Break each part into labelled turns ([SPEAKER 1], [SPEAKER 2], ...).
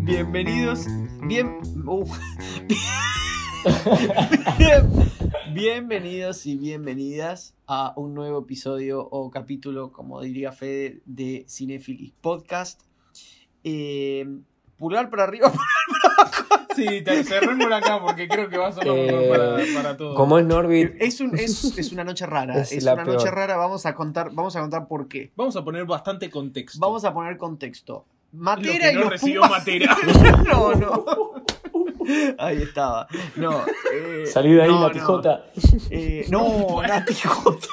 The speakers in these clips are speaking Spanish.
[SPEAKER 1] Bienvenidos, bien, uh, bien- bienvenidos y bienvenidas a un nuevo episodio o capítulo, como diría Fede, de Cinefilis Podcast. Eh, pulgar para arriba.
[SPEAKER 2] Sí, te cerrémoslo acá porque creo que va a ser lo
[SPEAKER 3] Eh,
[SPEAKER 2] mejor para, para todos.
[SPEAKER 3] Como es Norbit,
[SPEAKER 1] Es, un- es- es una noche rara. Es,
[SPEAKER 3] Es la
[SPEAKER 1] una noche
[SPEAKER 3] peor.
[SPEAKER 1] rara. Vamos a contar, vamos a contar por qué.
[SPEAKER 2] Vamos a poner bastante contexto.
[SPEAKER 1] Vamos a poner contexto.
[SPEAKER 2] lo que
[SPEAKER 1] Matera y
[SPEAKER 2] no
[SPEAKER 1] los
[SPEAKER 2] recibió
[SPEAKER 1] Pumas-
[SPEAKER 2] Matera.
[SPEAKER 1] No, no. Ahí estaba. No. eh,
[SPEAKER 3] salí de ahí,
[SPEAKER 1] no,
[SPEAKER 3] Matijota.
[SPEAKER 1] No, eh, no Nati Jota.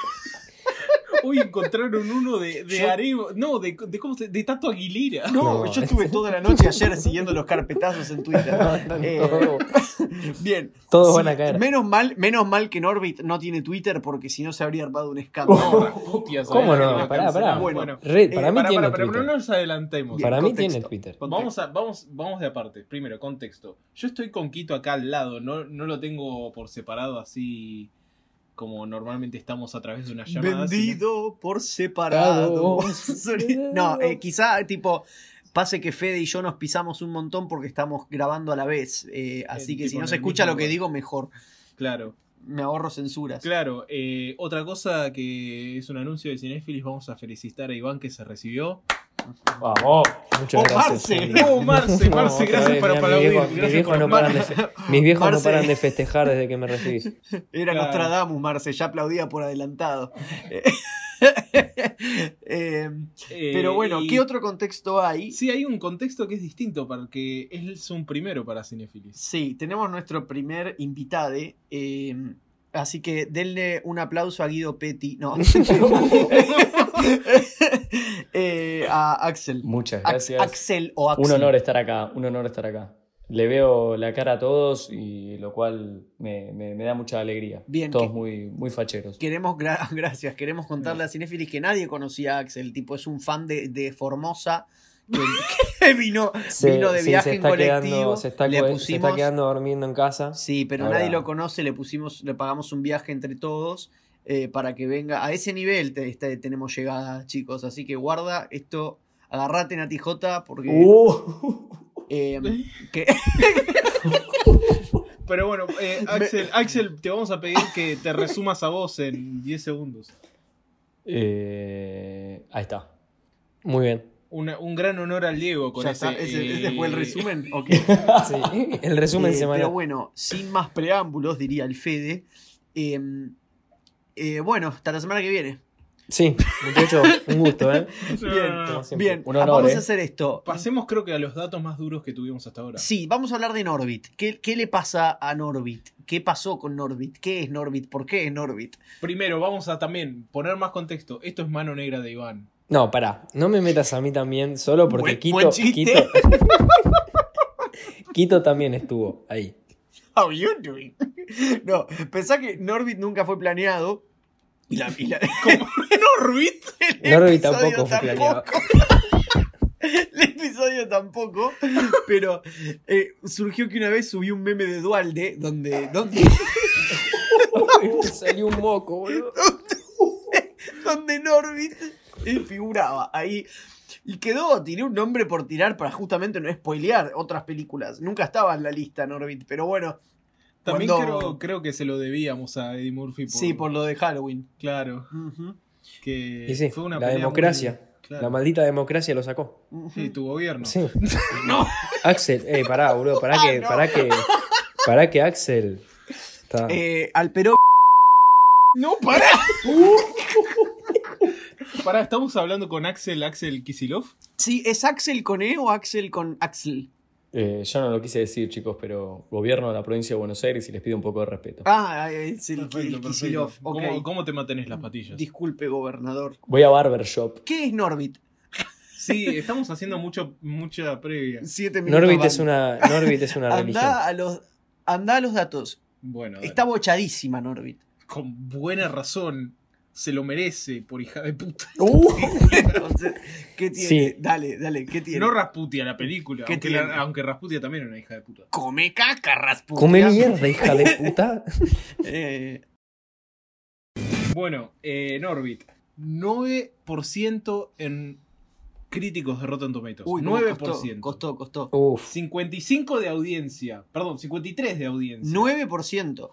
[SPEAKER 2] Hoy encontraron uno de, de
[SPEAKER 1] Yo-
[SPEAKER 2] Arebo- No, de, de cómo se- de Tato Aguilera.
[SPEAKER 1] No,
[SPEAKER 3] No.
[SPEAKER 1] yo estuve toda la noche ayer siguiendo los carpetazos en Twitter. Eh,
[SPEAKER 3] Todo-
[SPEAKER 1] Bien.
[SPEAKER 3] Todos
[SPEAKER 1] Sí,
[SPEAKER 3] van a caer.
[SPEAKER 1] Menos mal, menos mal que Norbit no tiene Twitter porque si no se habría armado un
[SPEAKER 2] No,
[SPEAKER 1] escándalo.
[SPEAKER 2] Rajutia, ¿sabes?
[SPEAKER 3] ¿Cómo
[SPEAKER 2] Que
[SPEAKER 3] no?
[SPEAKER 2] ¿eh? lo va a
[SPEAKER 3] Pará,
[SPEAKER 2] cancelar.
[SPEAKER 3] pará.
[SPEAKER 2] Bueno,
[SPEAKER 3] Re-
[SPEAKER 1] eh,
[SPEAKER 3] para mí
[SPEAKER 2] pará,
[SPEAKER 3] tiene
[SPEAKER 2] pará, pará,
[SPEAKER 3] Twitter.
[SPEAKER 2] no nos adelantemos.
[SPEAKER 1] Bien.
[SPEAKER 3] Para mí
[SPEAKER 1] contexto.
[SPEAKER 3] tiene Twitter.
[SPEAKER 2] Vamos, a, vamos, vamos de aparte. Primero, contexto. Yo estoy con Quito acá al lado, no, no lo tengo por separado así como normalmente estamos a través de una llamada.
[SPEAKER 1] Vendido por separado.
[SPEAKER 3] Separado.
[SPEAKER 1] no, eh, quizá tipo pase que Fede y yo nos pisamos un montón porque estamos grabando a la vez. eh, así
[SPEAKER 2] Eh,
[SPEAKER 1] que
[SPEAKER 2] tipo
[SPEAKER 1] si no
[SPEAKER 2] en
[SPEAKER 1] se
[SPEAKER 2] el
[SPEAKER 1] escucha
[SPEAKER 2] mismo
[SPEAKER 1] lo que
[SPEAKER 2] lugar.
[SPEAKER 1] digo, mejor.
[SPEAKER 2] sino- claro.
[SPEAKER 1] Me ahorro censuras.
[SPEAKER 2] Claro, eh, otra cosa que es un anuncio de Cinefilis, vamos a felicitar a Iván que se recibió.
[SPEAKER 3] Vamos. Muchas
[SPEAKER 1] Oh,
[SPEAKER 3] gracias.
[SPEAKER 1] Marce.
[SPEAKER 3] amigo.
[SPEAKER 2] ¡Oh, Marce!
[SPEAKER 3] No,
[SPEAKER 2] Marce,
[SPEAKER 3] otra
[SPEAKER 2] gracias
[SPEAKER 3] vez,
[SPEAKER 2] por
[SPEAKER 3] mirá, mi
[SPEAKER 2] aplaudir.
[SPEAKER 3] viejo-
[SPEAKER 2] gracias
[SPEAKER 3] mis viejos
[SPEAKER 2] por
[SPEAKER 3] no paran de
[SPEAKER 2] aplaudir.
[SPEAKER 3] fe- mis viejos no
[SPEAKER 1] Marce.
[SPEAKER 3] paran de festejar desde que me recibís.
[SPEAKER 1] Era
[SPEAKER 2] Claro.
[SPEAKER 1] Nostradamus, Marce, ya aplaudía por adelantado. Eh,
[SPEAKER 2] Eh,
[SPEAKER 1] pero bueno,
[SPEAKER 2] y-
[SPEAKER 1] ¿qué otro contexto hay?
[SPEAKER 2] Sí, hay un contexto que es distinto, para que es un primero para Cinefilis.
[SPEAKER 1] Sí, tenemos nuestro primer invitado. así que denle un aplauso a Guido Petty. No. Eh, a Axel.
[SPEAKER 4] Muchas
[SPEAKER 1] Ax-
[SPEAKER 4] gracias.
[SPEAKER 1] Axel o Axel.
[SPEAKER 4] un honor estar acá, un honor estar acá. Le veo la cara a todos y lo cual me, me- me da mucha alegría.
[SPEAKER 1] Bien,
[SPEAKER 4] todos
[SPEAKER 1] que-
[SPEAKER 4] muy, muy facheros.
[SPEAKER 1] Queremos, gra- gracias, queremos contarle a Cinefilis que nadie conocía a Axel. Tipo, es un fan de, de Formosa que, que vino,
[SPEAKER 3] Se,
[SPEAKER 1] vino de
[SPEAKER 3] sí,
[SPEAKER 1] viaje
[SPEAKER 3] se
[SPEAKER 1] en
[SPEAKER 3] está
[SPEAKER 1] colectivo.
[SPEAKER 3] quedando, se está,
[SPEAKER 1] le
[SPEAKER 3] co- se
[SPEAKER 1] pusimos,
[SPEAKER 3] está quedando durmiendo en casa.
[SPEAKER 1] Sí, pero
[SPEAKER 4] Ahora-
[SPEAKER 1] nadie lo conoce, le pusimos, le pagamos un viaje entre todos eh, para que venga. A ese nivel te- este, tenemos llegada, chicos. Así que guarda esto, agarrate Nati Jota, porque
[SPEAKER 4] Uh,
[SPEAKER 1] eh, que-
[SPEAKER 2] Pero bueno, eh, Axel, Axel, te vamos a pedir que te resumas a vos en 10 segundos.
[SPEAKER 4] eh, ahí está.
[SPEAKER 3] Muy bien.
[SPEAKER 2] Una- un gran honor al Diego con
[SPEAKER 1] ya
[SPEAKER 2] ese,
[SPEAKER 1] está, ese, ese
[SPEAKER 2] eh,
[SPEAKER 1] fue el resumen. ok.
[SPEAKER 3] Sí, El resumen
[SPEAKER 1] Eh,
[SPEAKER 3] semanal.
[SPEAKER 1] Pero bueno, sin más preámbulos, diría el Fede. eh, eh, bueno, hasta la semana que viene.
[SPEAKER 3] Sí, muchacho, un gusto, ¿eh?
[SPEAKER 2] No,
[SPEAKER 1] Bien.
[SPEAKER 2] no, no.
[SPEAKER 3] Como siempre.
[SPEAKER 1] Bien,
[SPEAKER 4] Un honor,
[SPEAKER 1] vamos
[SPEAKER 4] eh.
[SPEAKER 1] a hacer esto.
[SPEAKER 2] Pasemos creo que a los datos más duros que tuvimos hasta ahora.
[SPEAKER 1] Sí, vamos a hablar de Norbit. ¿Qué, qué le pasa a Norbit? ¿Qué pasó con Norbit? ¿Qué es Norbit? ¿Por qué es Norbit?
[SPEAKER 2] Primero, vamos a también poner más contexto. Esto es mano negra de Iván.
[SPEAKER 3] No, pará, no me metas a mí también solo porque
[SPEAKER 1] Buen-
[SPEAKER 3] Quito,
[SPEAKER 1] buen chiste.
[SPEAKER 3] Quito, Quito también estuvo ahí.
[SPEAKER 1] How you doing? No, pensá que Norbit nunca fue planeado. Y la. Y la Norbit? El
[SPEAKER 3] Norbit
[SPEAKER 1] episodio
[SPEAKER 3] tampoco fue planeado.
[SPEAKER 1] El episodio tampoco. Pero eh, surgió que una vez subí un meme de Dualde donde, donde,
[SPEAKER 3] Salió un moco, boludo.
[SPEAKER 1] donde Norbit eh, figuraba ahí. Y quedó, tiré un nombre por tirar para justamente no spoilear otras películas. Nunca estaba en la lista Norbit, pero bueno,
[SPEAKER 2] También
[SPEAKER 1] Cuando-
[SPEAKER 2] creo, creo que se lo debíamos a Eddie Murphy. Por,
[SPEAKER 1] sí, por lo de Halloween.
[SPEAKER 2] Claro,
[SPEAKER 1] Ujú.
[SPEAKER 2] que
[SPEAKER 3] Y sí,
[SPEAKER 2] fue una
[SPEAKER 3] la
[SPEAKER 2] pelea
[SPEAKER 3] democracia.
[SPEAKER 2] muy- claro,
[SPEAKER 3] La maldita democracia lo sacó.
[SPEAKER 2] sí, tu gobierno.
[SPEAKER 3] Sí. Axel, eh, pará, boludo, pará
[SPEAKER 1] Ah,
[SPEAKER 3] que,
[SPEAKER 1] no.
[SPEAKER 3] pará que, pará que Axel. Está.
[SPEAKER 1] Eh, al pero No, para.
[SPEAKER 2] Pará, estamos hablando con Axel, Axel Kisilov.
[SPEAKER 1] Sí, ¿es Axel con E o Axel con Axel?
[SPEAKER 4] Eh, yo no lo quise decir, chicos, pero gobierno de la provincia de Buenos Aires y les pido un poco de respeto.
[SPEAKER 1] Ah, es el, el Kicillof, ok.
[SPEAKER 2] ¿Cómo, cómo te mantenés las patillas?
[SPEAKER 1] Disculpe, gobernador.
[SPEAKER 4] Voy a Barbershop.
[SPEAKER 1] ¿Qué es Norbit?
[SPEAKER 2] Sí, estamos haciendo mucho, mucha previa.
[SPEAKER 1] Siete minutos.
[SPEAKER 3] Norbit
[SPEAKER 1] van.
[SPEAKER 3] es una, Norbit es una religión.
[SPEAKER 1] Andá a los, andá a los datos.
[SPEAKER 2] Bueno, dale.
[SPEAKER 1] Está bochadísima Norbit.
[SPEAKER 2] con buena razón. Se lo merece, por hija de puta.
[SPEAKER 1] Uh, Entonces, ¿qué tiene?
[SPEAKER 3] Sí.
[SPEAKER 1] Dale, dale, ¿qué tiene?
[SPEAKER 2] No Rasputia la película.
[SPEAKER 1] ¿Qué
[SPEAKER 2] Aunque,
[SPEAKER 1] tiene?
[SPEAKER 2] la- aunque Rasputia también era una hija de puta.
[SPEAKER 1] Come caca, Rasputin.
[SPEAKER 3] Come mierda, hija de puta.
[SPEAKER 1] Eh,
[SPEAKER 2] Bueno, eh, Norbit. 9% en críticos de Rotten Tomatoes.
[SPEAKER 1] Uy, no,
[SPEAKER 2] 9%.
[SPEAKER 1] Costó, costó. costó.
[SPEAKER 3] Uf.
[SPEAKER 2] 55 de audiencia. Perdón, 53 de audiencia.
[SPEAKER 1] 9%.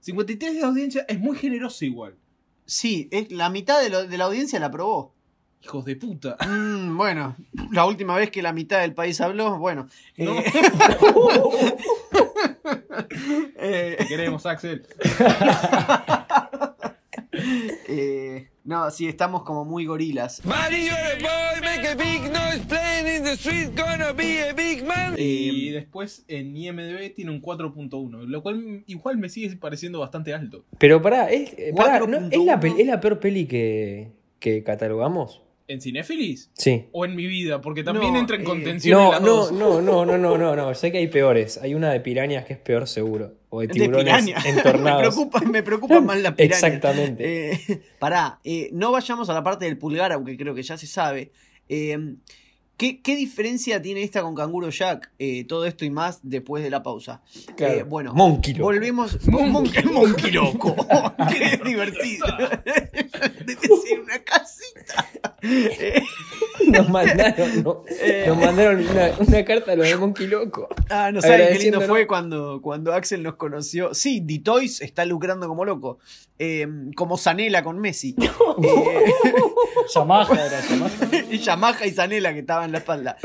[SPEAKER 2] 53 de audiencia es muy generoso igual.
[SPEAKER 1] Sí, es, la mitad de, lo- de la audiencia la aprobó.
[SPEAKER 2] Hijos de puta.
[SPEAKER 1] Mm, bueno, la última vez que la mitad del país habló, bueno.
[SPEAKER 2] No.
[SPEAKER 1] Eh, eh,
[SPEAKER 2] Te queremos, Axel.
[SPEAKER 1] Eh, no, sí, estamos como muy gorilas.
[SPEAKER 2] Y
[SPEAKER 1] Eh,
[SPEAKER 2] después en IMDB tiene un 4.1, lo cual igual me sigue pareciendo bastante alto.
[SPEAKER 3] Pero pará, es, eh, pará, no, ¿es, la
[SPEAKER 1] 4.1.
[SPEAKER 3] peli- ¿es la peor peli que, que catalogamos?
[SPEAKER 2] ¿En Cinefilis?
[SPEAKER 3] Sí.
[SPEAKER 2] ¿O en mi vida? Porque también
[SPEAKER 1] No,
[SPEAKER 2] entra en
[SPEAKER 1] eh,
[SPEAKER 2] contención
[SPEAKER 3] No,
[SPEAKER 2] las
[SPEAKER 3] no,
[SPEAKER 2] dos.
[SPEAKER 3] no, no, no, no, no, no. Sé que hay peores. Hay una de pirañas que es peor seguro. O de
[SPEAKER 1] de
[SPEAKER 3] tiburones
[SPEAKER 1] piraña. me,
[SPEAKER 3] entornados.
[SPEAKER 1] preocupa, me preocupa más la piraña.
[SPEAKER 3] Exactamente.
[SPEAKER 1] Eh, pará, eh, no vayamos a la parte del pulgar, aunque creo que ya se sabe. Eh, ¿qué, qué diferencia tiene esta con Canguro Jack? Eh, todo esto y más después de la pausa.
[SPEAKER 3] Claro.
[SPEAKER 1] eh, bueno,
[SPEAKER 3] Monkey Loco.
[SPEAKER 1] Volvemos.
[SPEAKER 2] Monkey.
[SPEAKER 1] Monkey, Monkey loco. Qué divertido. Debe ser una casita. Eh,
[SPEAKER 3] Nos mandaron, no-
[SPEAKER 1] Eh.
[SPEAKER 3] nos mandaron una, una carta a los de Monkey Loco.
[SPEAKER 1] Ah, no saben qué lindo
[SPEAKER 3] Agradeciéndolo.
[SPEAKER 1] fue cuando, cuando Axel nos conoció. Sí, Ditoys está lucrando como loco. Eh, como Zanela con Messi.
[SPEAKER 5] Yamaha era Yamaha.
[SPEAKER 1] Eh, Yamaha y Zanela que estaban en la espalda.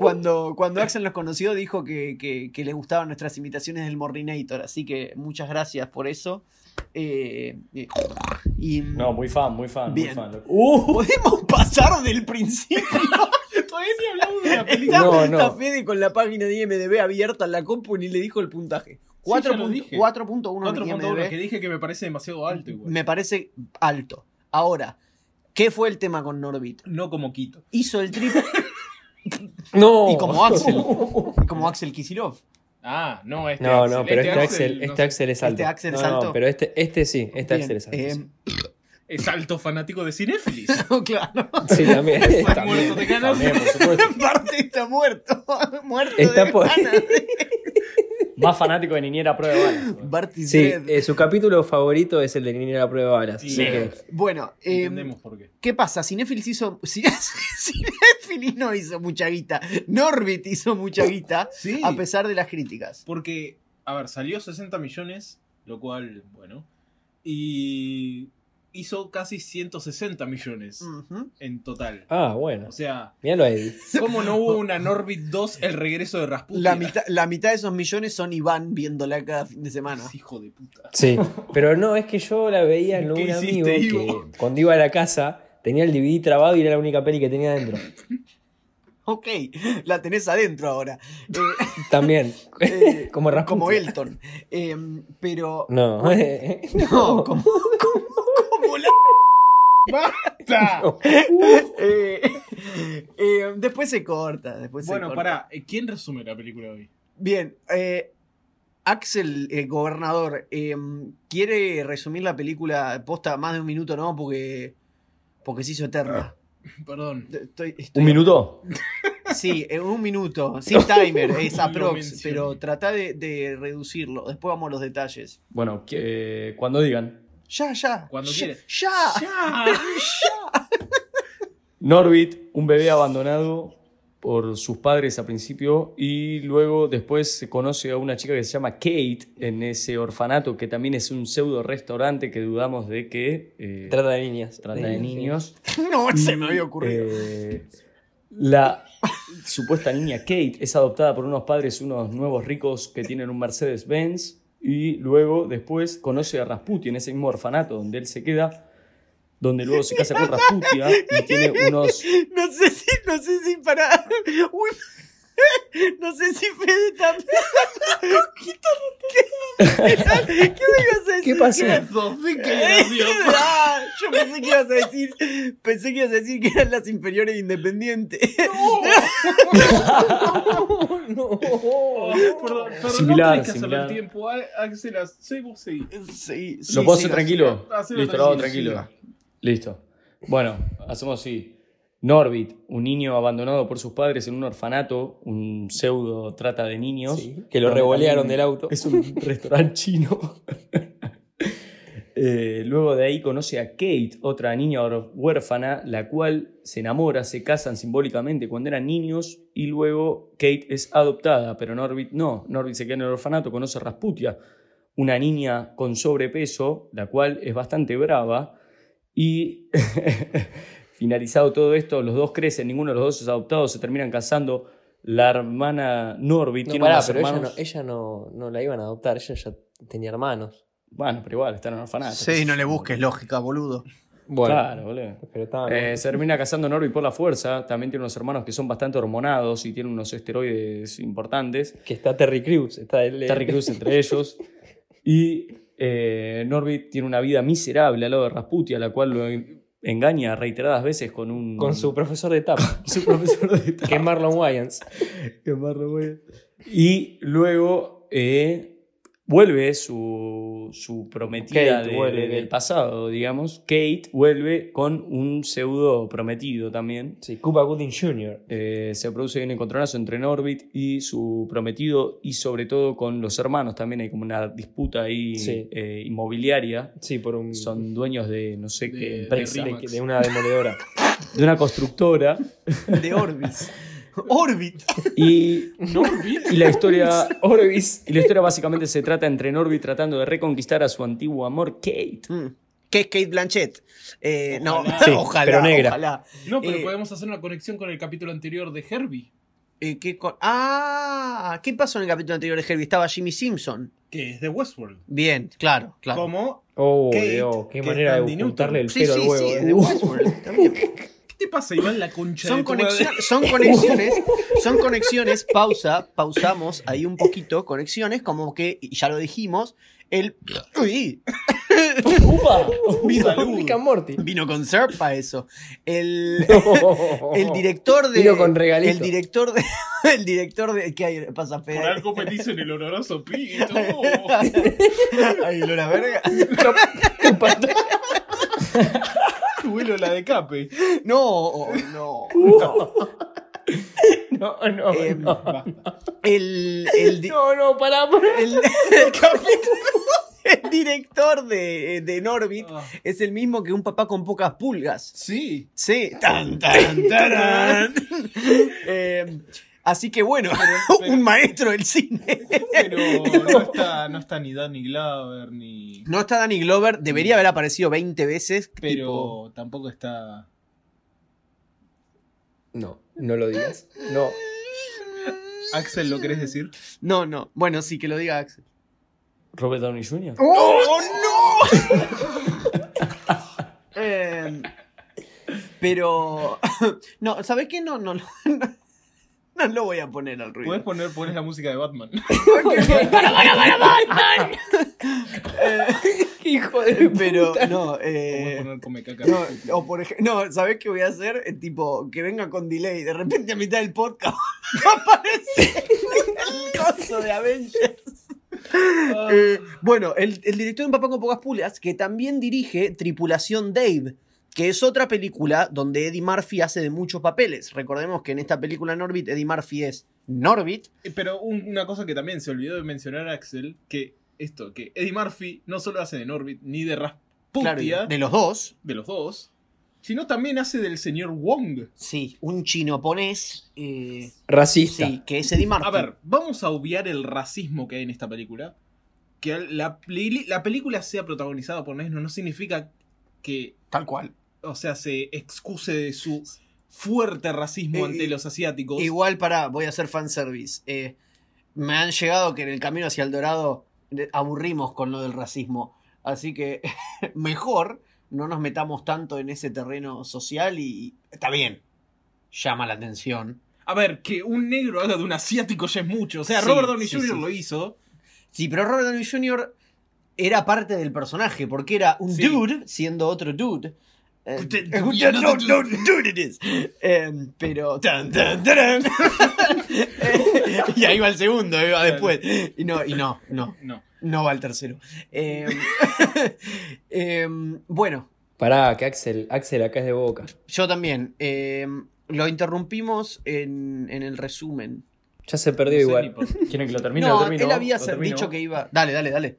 [SPEAKER 1] Cuando, cuando Axel nos conoció dijo que, que- que le gustaban nuestras imitaciones del Morrinator. Así que muchas gracias por eso. Eh, eh, y,
[SPEAKER 5] No, muy fan, muy fan,
[SPEAKER 1] Bien.
[SPEAKER 5] muy fan. loco.
[SPEAKER 1] Uh. Podemos pasar del principio.
[SPEAKER 2] Todavía ni hablamos de la película.
[SPEAKER 1] Está,
[SPEAKER 3] No, no.
[SPEAKER 1] está Fede con la página de IMDB abierta en la compu y ni le dijo el puntaje.
[SPEAKER 2] ya lo
[SPEAKER 1] Cuatro punto-
[SPEAKER 2] dije.
[SPEAKER 1] 4.1 en
[SPEAKER 2] 4.1, que
[SPEAKER 1] IMDB
[SPEAKER 2] dije que me parece demasiado alto igual.
[SPEAKER 1] me parece alto. Ahora, ¿qué fue el tema con Norbit?
[SPEAKER 2] No como Quito.
[SPEAKER 1] Hizo el triple
[SPEAKER 3] No.
[SPEAKER 1] y como Axel,
[SPEAKER 5] Este
[SPEAKER 1] como Axel Kisilov.
[SPEAKER 2] Ah, no, este
[SPEAKER 3] No,
[SPEAKER 2] Axel,
[SPEAKER 3] no, pero este
[SPEAKER 2] no
[SPEAKER 3] Axel, este
[SPEAKER 2] sé,
[SPEAKER 3] Axel es
[SPEAKER 1] Este
[SPEAKER 3] alto.
[SPEAKER 1] Axel es
[SPEAKER 3] No, no,
[SPEAKER 1] alto.
[SPEAKER 3] pero este, este sí, este Axel es alto.
[SPEAKER 1] Bien, Em,
[SPEAKER 3] sí.
[SPEAKER 2] es alto fanático de Cinefilis.
[SPEAKER 1] eh, claro,
[SPEAKER 3] Sí, también.
[SPEAKER 2] muerto de
[SPEAKER 3] también,
[SPEAKER 2] ganas.
[SPEAKER 3] también, por supuesto.
[SPEAKER 1] parte está muerto, muerto
[SPEAKER 3] Está
[SPEAKER 1] de
[SPEAKER 3] por-
[SPEAKER 1] ganas.
[SPEAKER 5] Más fanático de Niñera Prueba de Balas, boludo.
[SPEAKER 1] Barty
[SPEAKER 3] Sí,
[SPEAKER 1] Dredd.
[SPEAKER 3] eh, su capítulo favorito es el de Niñera a prueba de balas.
[SPEAKER 2] Sí.
[SPEAKER 3] así que-
[SPEAKER 1] Bueno, eh,
[SPEAKER 2] Entendemos por qué.
[SPEAKER 1] ¿Qué pasa? Cinefilis hizo. Cine- Cinéfilis no hizo mucha guita. Norbit hizo mucha guita.
[SPEAKER 2] Sí,
[SPEAKER 1] A pesar de las críticas.
[SPEAKER 2] porque, a ver, salió 60 millones, lo cual, bueno, y hizo casi 160 millones
[SPEAKER 3] Mm.
[SPEAKER 1] Ujú.
[SPEAKER 2] en total.
[SPEAKER 3] Ah, bueno.
[SPEAKER 2] O sea,
[SPEAKER 3] Míralo aheddie
[SPEAKER 2] ¿Cómo no hubo una Norbit 2 el regreso de Rasputin?
[SPEAKER 1] La, mitad, la mitad de esos millones son Iván viéndola cada fin de semana.
[SPEAKER 2] Hijo de puta.
[SPEAKER 3] Sí. Pero no, es que yo la veía en
[SPEAKER 2] ¿Qué
[SPEAKER 3] un amigo
[SPEAKER 2] hiciste, Ivo?
[SPEAKER 3] que cuando iba a la casa tenía el DVD trabado y era la única peli que tenía adentro.
[SPEAKER 1] Ok, la tenés adentro ahora. Eh,
[SPEAKER 3] También.
[SPEAKER 1] eh,
[SPEAKER 3] Como Rasputin. Mm.
[SPEAKER 1] Como Elton. Eh, pero.
[SPEAKER 3] No.
[SPEAKER 1] No, como, como, como la.
[SPEAKER 2] ¡Basta!
[SPEAKER 1] Eh, eh, después se corta. Después se
[SPEAKER 2] Bueno,
[SPEAKER 1] corta.
[SPEAKER 2] pará, eh, ¿quién resume la película hoy?
[SPEAKER 1] Bien, eh, Axel, eh, gobernador, eh, ¿quiere resumir la película posta más de un minuto, no? Porque, porque se hizo eterna.
[SPEAKER 2] Perdón.
[SPEAKER 1] Estoy- estoy-
[SPEAKER 3] Ah. ¿Un minuto?
[SPEAKER 1] Sí, en un minuto, sin timer, es
[SPEAKER 2] Lo
[SPEAKER 1] aprox,
[SPEAKER 2] mencioné.
[SPEAKER 1] pero trata de, de reducirlo. Después vamos a los detalles.
[SPEAKER 5] Bueno, que, eh, cuando digan.
[SPEAKER 1] Ya, ya.
[SPEAKER 2] Cuando
[SPEAKER 1] ya,
[SPEAKER 2] quiere.
[SPEAKER 1] Ya.
[SPEAKER 2] ¡Ya!
[SPEAKER 5] Norbit, un bebé abandonado por sus padres a principio y luego después se conoce a una chica que se llama Kate en ese orfanato que también es un pseudo restaurante que dudamos de que eh,
[SPEAKER 3] Trata de niñas.
[SPEAKER 5] trata de niños.
[SPEAKER 1] No se me había ocurrido.
[SPEAKER 5] Eh, la supuesta niña Kate es adoptada por unos padres, unos nuevos ricos que tienen un Mercedes-Benz y luego después conoce a Rasputin en ese mismo orfanato donde él se queda, donde luego se casa con Rasputia y tiene unos...
[SPEAKER 1] No sé si, no sé si para. Uy. No sé si Fede también. ¿Qué, ¿Qué me ibas a decir?
[SPEAKER 3] ¿Qué pasó?
[SPEAKER 2] Eso sí que era, Dios.
[SPEAKER 1] Ah, yo pensé que ibas a decir, pensé que ibas a decir que eran las inferiores de independiente.
[SPEAKER 3] No.
[SPEAKER 2] Oh, Perdón, perdón,
[SPEAKER 5] Similar,
[SPEAKER 2] no tenés que hacerlo
[SPEAKER 5] similar.
[SPEAKER 2] el tiempo. A- Axel, haz- sí, vos seguí.
[SPEAKER 1] Sí, sí,
[SPEAKER 5] ¿Lo puedo
[SPEAKER 1] sí,
[SPEAKER 5] hacer tranquilo?
[SPEAKER 2] Hacelo
[SPEAKER 5] Listo, lo hago
[SPEAKER 2] tranquilo,
[SPEAKER 5] tranquilo. Listo. Bueno, hacemos así. Norbit, un niño abandonado por sus padres en un orfanato, un pseudo trata de niños.
[SPEAKER 3] que lo
[SPEAKER 5] Donde
[SPEAKER 3] revolearon del
[SPEAKER 5] también
[SPEAKER 3] auto.
[SPEAKER 5] Es un restaurante chino. Eh, luego de ahí conoce a Kate, otra niña or- huérfana, la cual se enamora, se casan simbólicamente cuando eran niños y luego Kate es adoptada, pero Norbit no. Norbit se queda en el orfanato, conoce a Rasputia, una niña con sobrepeso, la cual es bastante brava y finalizado todo esto, los dos crecen, ninguno de los dos es adoptado, se terminan casando. La hermana Norbit
[SPEAKER 3] No,
[SPEAKER 5] tiene
[SPEAKER 3] pará,
[SPEAKER 5] unos
[SPEAKER 3] pero ella, no,
[SPEAKER 5] hermanos-
[SPEAKER 3] ella no, no la iban a adoptar, ella ya tenía hermanos.
[SPEAKER 5] Bueno, pero igual, están en el orfanato.
[SPEAKER 1] Sí, no le busques lógica, boludo.
[SPEAKER 3] Bueno,
[SPEAKER 5] Claro, boludo.
[SPEAKER 3] pero estaba.
[SPEAKER 5] Eh, se termina casando Norby por la fuerza. También tiene unos hermanos que son bastante hormonados y tienen unos esteroides importantes.
[SPEAKER 3] que está Terry Crews, está él.
[SPEAKER 5] Terry Crews entre ellos. Y eh, Norby tiene una vida miserable al lado de Rasputia, la cual lo en- engaña reiteradas veces con un.
[SPEAKER 3] Con su profesor de tapa,
[SPEAKER 5] su profesor de
[SPEAKER 3] que es Marlon Wayans.
[SPEAKER 5] Y luego eh, vuelve su, su prometida
[SPEAKER 3] Kate
[SPEAKER 5] de-
[SPEAKER 3] vuelve,
[SPEAKER 5] de- del
[SPEAKER 3] Kate.
[SPEAKER 5] pasado, digamos. Kate vuelve con un pseudo prometido también.
[SPEAKER 3] Sí, Cuba Gooding Jr.
[SPEAKER 5] Eh, se produce un encontronazo entre Norbit y su prometido y sobre todo con los hermanos también hay como una disputa ahí
[SPEAKER 3] Sí.
[SPEAKER 5] eh, inmobiliaria.
[SPEAKER 3] Sí, por un.
[SPEAKER 5] Son dueños de no sé
[SPEAKER 2] De-
[SPEAKER 5] qué
[SPEAKER 2] de
[SPEAKER 5] empresa,
[SPEAKER 2] Rimax.
[SPEAKER 3] de, de una demoledora.
[SPEAKER 5] de una constructora
[SPEAKER 6] De Orbis. Orbit.
[SPEAKER 5] y, y la historia Orbis y la historia básicamente se trata entre Norbit tratando de reconquistar a su antiguo amor Kate.
[SPEAKER 1] Mm. ¿Qué es Kate Blanchett? Eh, no,
[SPEAKER 2] Ojalá.
[SPEAKER 3] Sí,
[SPEAKER 1] ojalá.
[SPEAKER 3] pero negra.
[SPEAKER 1] ojalá.
[SPEAKER 2] No, pero
[SPEAKER 1] Eh,
[SPEAKER 2] podemos hacer una conexión con el capítulo anterior de Herbie.
[SPEAKER 1] Eh, ¿qué co- ah, ¿qué pasó en el capítulo anterior de Herbie? Estaba Jimmy Simpson.
[SPEAKER 2] Que es de Westworld.
[SPEAKER 1] Bien, claro, claro.
[SPEAKER 2] Como,
[SPEAKER 3] Oh,
[SPEAKER 2] Kate,
[SPEAKER 3] Dios, qué
[SPEAKER 2] que
[SPEAKER 3] manera de
[SPEAKER 2] Sandy Newton.
[SPEAKER 3] ocultarle el
[SPEAKER 1] Sí,
[SPEAKER 3] pelo
[SPEAKER 1] sí,
[SPEAKER 3] al huevo.
[SPEAKER 1] sí,
[SPEAKER 3] eh.
[SPEAKER 1] de Westworld. también.
[SPEAKER 2] ¿qué te pasa, Iván, la concha
[SPEAKER 1] Son,
[SPEAKER 2] de tu madre?
[SPEAKER 1] conexión- son conexiones, son conexiones, pausa, pausamos ahí un poquito, conexiones, como que, y ya lo dijimos, el... Uy,
[SPEAKER 3] ¡Upa!
[SPEAKER 2] Viva Luz.
[SPEAKER 3] Rick and Morty.
[SPEAKER 1] vino con Serp para eso. El, el
[SPEAKER 3] El
[SPEAKER 1] director de...
[SPEAKER 3] Vino con regalito.
[SPEAKER 1] El director de... El director de... ¿Qué hay? Pasa, Fede.
[SPEAKER 2] Por algo me dicen el oloroso pito.
[SPEAKER 1] Ay, Lola Verga.
[SPEAKER 2] Vuelo la de Cape.
[SPEAKER 1] No, oh, no.
[SPEAKER 2] Uh.
[SPEAKER 5] No, no,
[SPEAKER 1] Em,
[SPEAKER 5] no,
[SPEAKER 2] Ah.
[SPEAKER 1] El, el, di-
[SPEAKER 5] no, no, pará, pará.
[SPEAKER 1] el- el capítulo- el director de, de Norbit es el mismo que un papá con pocas pulgas.
[SPEAKER 2] Sí.
[SPEAKER 1] Sí. Tan, tan, tarán. Eh, así que bueno, un maestro del cine.
[SPEAKER 2] Pero no está, no está ni Danny Glover ni.
[SPEAKER 1] No está Danny Glover, debería haber aparecido 20 veces.
[SPEAKER 2] Pero
[SPEAKER 1] tipo-
[SPEAKER 2] tampoco está.
[SPEAKER 3] No, no lo digas. No.
[SPEAKER 2] Axel, ¿lo querés decir?
[SPEAKER 1] No, no. Bueno, sí, que lo diga Axel.
[SPEAKER 5] Robert Downey Jr.
[SPEAKER 1] ¡Oh, no! Eh, pero. No, ¿sabes qué? No, no, no, no. no lo voy a poner al ruido.
[SPEAKER 2] Podés poner pones la música de Batman.
[SPEAKER 3] Hijo de
[SPEAKER 1] Em, Pero, no,
[SPEAKER 2] Podés
[SPEAKER 1] eh.
[SPEAKER 2] poner come caca.
[SPEAKER 1] No, o por ej- no, ¿sabés qué voy a hacer? Eh, tipo, que venga con delay. De repente a mitad del podcast aparece el coso de Avengers. Eh, bueno, el, el director de Un Papá con Pocas Pulgas, que también dirige Tripulación Dave, que es otra película donde Eddie Murphy hace de muchos papeles. Recordemos que en esta película Norbit, Eddie Murphy es Norbit.
[SPEAKER 2] Eh, Pero un- una cosa que también se olvidó de mencionar Axel, que esto, que Eddie Murphy no solo hace de Norbit ni de Rasputia,
[SPEAKER 1] Claro,
[SPEAKER 2] de...
[SPEAKER 1] de los dos.
[SPEAKER 2] los dos, sino también hace del señor Wong.
[SPEAKER 1] Sí, un chino ponés. eh,
[SPEAKER 3] Racista.
[SPEAKER 1] sí, que es Eddie Murphy.
[SPEAKER 2] A ver, vamos a obviar el racismo que hay en esta película. Que la, peli- la película sea protagonizada por negros no significa que,
[SPEAKER 1] tal cual.
[SPEAKER 2] o sea, se excuse de su fuerte racismo
[SPEAKER 1] Eh,
[SPEAKER 2] ante
[SPEAKER 1] eh,
[SPEAKER 2] los asiáticos.
[SPEAKER 1] Igual, pará, voy a hacer fanservice. Eh, me han llegado que en el camino hacia el Dorado eh, aburrimos con lo del racismo. Así que mejor no nos metamos tanto en ese terreno social y. Está bien. Llama la atención.
[SPEAKER 2] A ver, que un negro haga de un asiático ya es mucho. O sea,
[SPEAKER 1] Sí,
[SPEAKER 2] Robert Downey
[SPEAKER 1] sí,
[SPEAKER 2] Jr.
[SPEAKER 1] sí.
[SPEAKER 2] lo hizo.
[SPEAKER 1] Sí, pero Robert Downey Jr. era parte del personaje, porque era un
[SPEAKER 2] Sí.
[SPEAKER 1] dude siendo otro dude. Eh,
[SPEAKER 2] Usted-
[SPEAKER 1] eh,
[SPEAKER 2] dude,
[SPEAKER 1] usted
[SPEAKER 2] another
[SPEAKER 1] no- no- dude it is. Eh, pero. tan, tan, tarán. Eh, y ahí va el segundo, ahí va después. Y no, y no, no,
[SPEAKER 2] No.
[SPEAKER 1] no va el tercero. Eh, em, bueno,
[SPEAKER 3] Pará, que Axel, Axel acá es de boca.
[SPEAKER 1] yo también. em, lo interrumpimos en, en el resumen.
[SPEAKER 3] Ya se perdió
[SPEAKER 2] No sé ni
[SPEAKER 3] igual.
[SPEAKER 2] por-
[SPEAKER 5] ¿Quieren que lo termine?
[SPEAKER 1] no,
[SPEAKER 5] Lo termino,
[SPEAKER 1] él había
[SPEAKER 5] lo
[SPEAKER 1] ser-
[SPEAKER 5] termino.
[SPEAKER 1] dicho que iba. Dale, dale, dale.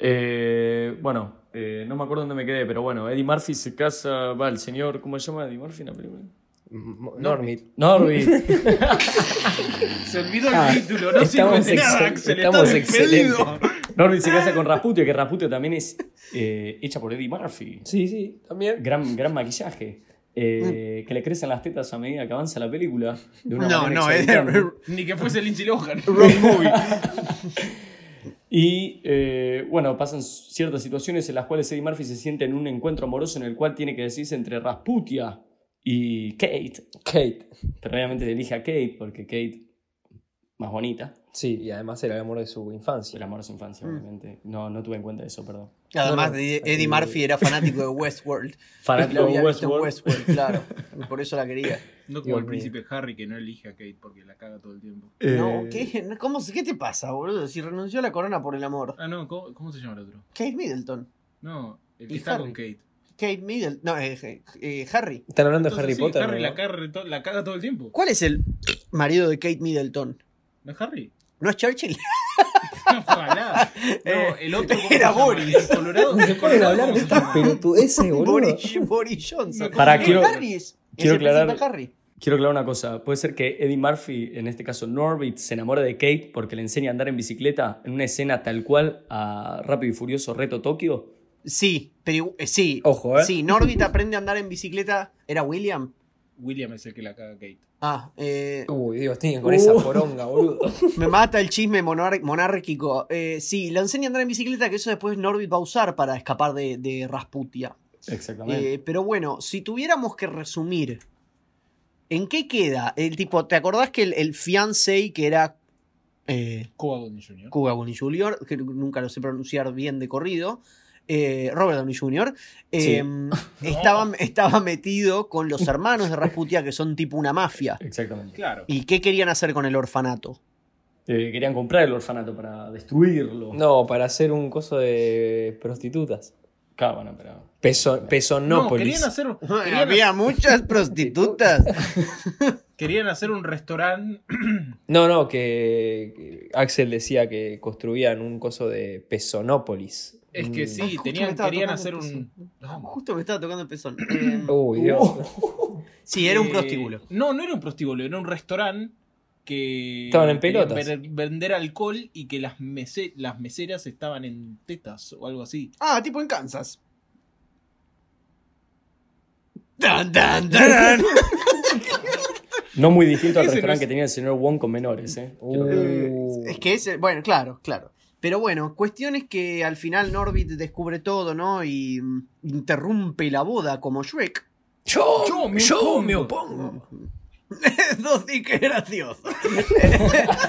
[SPEAKER 5] Eh, bueno, Eh, no me acuerdo dónde me quedé, pero bueno, Eddie Murphy se casa, va, el señor, ¿cómo se llama Eddie Murphy en la película?
[SPEAKER 3] Normit.
[SPEAKER 5] Norbit.
[SPEAKER 2] Se olvidó
[SPEAKER 3] Ah,
[SPEAKER 2] el título, no
[SPEAKER 3] estamos
[SPEAKER 2] sirve de nada,
[SPEAKER 3] excel-
[SPEAKER 2] Axel.
[SPEAKER 3] estamos
[SPEAKER 2] estás despedido.
[SPEAKER 5] Norbit se casa con Rasputia, que Rasputia también es eh, hecha por Eddie Murphy.
[SPEAKER 3] Sí, sí, también.
[SPEAKER 5] Gran, gran maquillaje. eh, que le crecen las tetas a medida que avanza la película. de una
[SPEAKER 1] No,
[SPEAKER 5] manera
[SPEAKER 1] no, es
[SPEAKER 5] exorbitante.
[SPEAKER 2] Ni que fuese Lindsay Lohan.
[SPEAKER 1] Rock Movie.
[SPEAKER 5] Y eh, bueno, pasan ciertas situaciones en las cuales Eddie Murphy se siente en un encuentro amoroso en el cual tiene que decidirse entre Rasputia y Kate.
[SPEAKER 3] Kate.
[SPEAKER 5] Pero obviamente elige a Kate porque Kate, más bonita,
[SPEAKER 3] Sí, y además era el amor de su
[SPEAKER 5] el
[SPEAKER 3] infancia.
[SPEAKER 5] amor es infancia,
[SPEAKER 1] Mm.
[SPEAKER 5] obviamente. No, no tuve en cuenta eso, perdón.
[SPEAKER 1] Además,
[SPEAKER 3] no,
[SPEAKER 1] de-
[SPEAKER 3] ahí-
[SPEAKER 1] Eddie Murphy era fanático de Westworld.
[SPEAKER 5] Fanático
[SPEAKER 1] Lo
[SPEAKER 5] de
[SPEAKER 1] había visto en
[SPEAKER 5] Westworld.
[SPEAKER 1] Westworld, claro. Por eso la quería.
[SPEAKER 2] No como
[SPEAKER 3] Dios
[SPEAKER 2] el
[SPEAKER 3] mío.
[SPEAKER 2] príncipe Harry que no elige a Kate porque la caga todo el tiempo.
[SPEAKER 1] No,
[SPEAKER 5] Eh,
[SPEAKER 1] ¿qué? ¿Cómo, se- ¿Qué te pasa, boludo? Si renunció a la corona por el amor.
[SPEAKER 2] Ah, no, ¿cómo, cómo se llama el otro?
[SPEAKER 1] Kate Middleton.
[SPEAKER 2] No, el
[SPEAKER 1] Y
[SPEAKER 2] que está
[SPEAKER 1] Harry.
[SPEAKER 2] con Kate.
[SPEAKER 1] Kate Middleton. No, eh, eh, Harry.
[SPEAKER 3] Están hablando
[SPEAKER 2] Entonces,
[SPEAKER 3] de Harry
[SPEAKER 2] sí,
[SPEAKER 3] Potter.
[SPEAKER 2] Harry
[SPEAKER 3] ¿no?
[SPEAKER 2] la, caga, to- la caga todo el tiempo.
[SPEAKER 1] ¿Cuál es el marido de Kate Middleton?
[SPEAKER 2] ¿No es Harry?
[SPEAKER 1] ¿No es Churchill?
[SPEAKER 2] Ojalá. No,
[SPEAKER 1] Eh,
[SPEAKER 2] el otro. ¿cómo
[SPEAKER 1] era
[SPEAKER 2] se llama?
[SPEAKER 1] Boris.
[SPEAKER 2] El colorado.
[SPEAKER 3] No se
[SPEAKER 2] el
[SPEAKER 3] pueden
[SPEAKER 2] colorado,
[SPEAKER 3] hablar
[SPEAKER 2] ¿cómo
[SPEAKER 3] de
[SPEAKER 2] se
[SPEAKER 3] estas
[SPEAKER 2] llama?
[SPEAKER 3] pelotudeces, boludo.
[SPEAKER 1] Boris, Boris Johnson.
[SPEAKER 2] No,
[SPEAKER 5] Pará,
[SPEAKER 1] Es
[SPEAKER 5] Ah, quiero-
[SPEAKER 1] Harry es,
[SPEAKER 5] quiero
[SPEAKER 1] es el
[SPEAKER 5] aclarar-
[SPEAKER 1] príncipe Harry.
[SPEAKER 5] Quiero aclarar una cosa. Puede ser que Eddie Murphy, en este caso Norbit, se enamore de Kate porque le enseña a andar en bicicleta en una escena tal cual a Rápido y Furioso Reto Tokio.
[SPEAKER 1] Sí, pero igu- eh, sí.
[SPEAKER 5] Oh,
[SPEAKER 3] Ojo, ¿eh?
[SPEAKER 1] Sí, Norbit aprende a andar en bicicleta. ¿Era William?
[SPEAKER 2] William es el que la caga a Kate.
[SPEAKER 1] Ah, eh,
[SPEAKER 3] Uy, Dios, tienen con esa
[SPEAKER 5] Uh.
[SPEAKER 3] poronga, boludo.
[SPEAKER 1] me mata el chisme monar- monárquico. Eh, sí, le enseña a andar en bicicleta, que eso después Norbit va a usar para escapar de, de Rasputia.
[SPEAKER 5] Exactamente.
[SPEAKER 1] Eh, pero bueno, si tuviéramos que resumir, ¿en qué queda? El tipo, ¿te acordás que el, el fiancé que era eh,
[SPEAKER 2] Cuba Gooding Jr.
[SPEAKER 1] Cuba Gooding Jr., que nunca lo sé pronunciar bien de corrido, eh, Robert Downey Jr., eh, estaba, estaba metido con los hermanos de Rasputia, que son tipo una mafia.
[SPEAKER 5] Exactamente.
[SPEAKER 2] Claro.
[SPEAKER 1] ¿Y qué querían hacer con el orfanato?
[SPEAKER 5] Eh, querían comprar el orfanato para destruirlo.
[SPEAKER 3] No, para hacer un coso de prostitutas.
[SPEAKER 5] Claro, bueno, pero.
[SPEAKER 3] Peso,
[SPEAKER 2] No,
[SPEAKER 3] pesonópolis.
[SPEAKER 2] querían hacer, querían,
[SPEAKER 1] Había muchas prostitutas.
[SPEAKER 2] querían hacer un restaurante.
[SPEAKER 3] No, no, que que Axel decía que construían un coso de Pesonópolis.
[SPEAKER 2] Es
[SPEAKER 3] Mm.
[SPEAKER 2] que sí,
[SPEAKER 1] Justo me
[SPEAKER 2] tenían,
[SPEAKER 1] estaba
[SPEAKER 2] querían
[SPEAKER 1] tocando
[SPEAKER 2] hacer
[SPEAKER 1] el
[SPEAKER 2] un.
[SPEAKER 1] Ah, Justo me estaba tocando el pezón. Eh,
[SPEAKER 3] Uy, Dios.
[SPEAKER 1] sí, era un
[SPEAKER 2] Eh,
[SPEAKER 1] prostíbulo.
[SPEAKER 2] No, no era un prostíbulo, era un restaurante que.
[SPEAKER 3] Estaban en
[SPEAKER 2] querían
[SPEAKER 3] pelotas.
[SPEAKER 2] ver- vender alcohol y que las, mese- las meseras estaban en tetas o algo así.
[SPEAKER 1] Ah, tipo en Kansas. Tan, tan, tan.
[SPEAKER 5] No muy distinto al
[SPEAKER 2] Ese no
[SPEAKER 5] restaurante
[SPEAKER 2] es-
[SPEAKER 5] que tenía el señor Wong con menores, ¿eh? Quiero-
[SPEAKER 1] Eh, es que ese, bueno, claro, claro. Pero bueno, cuestión es que al final Norbit descubre todo, ¿no? Y mm, interrumpe la boda como Shrek.
[SPEAKER 3] Yo,
[SPEAKER 2] Yo me
[SPEAKER 3] yo me
[SPEAKER 1] Mm.
[SPEAKER 2] opongo.
[SPEAKER 3] opongo.
[SPEAKER 1] Eso sí que es gracioso.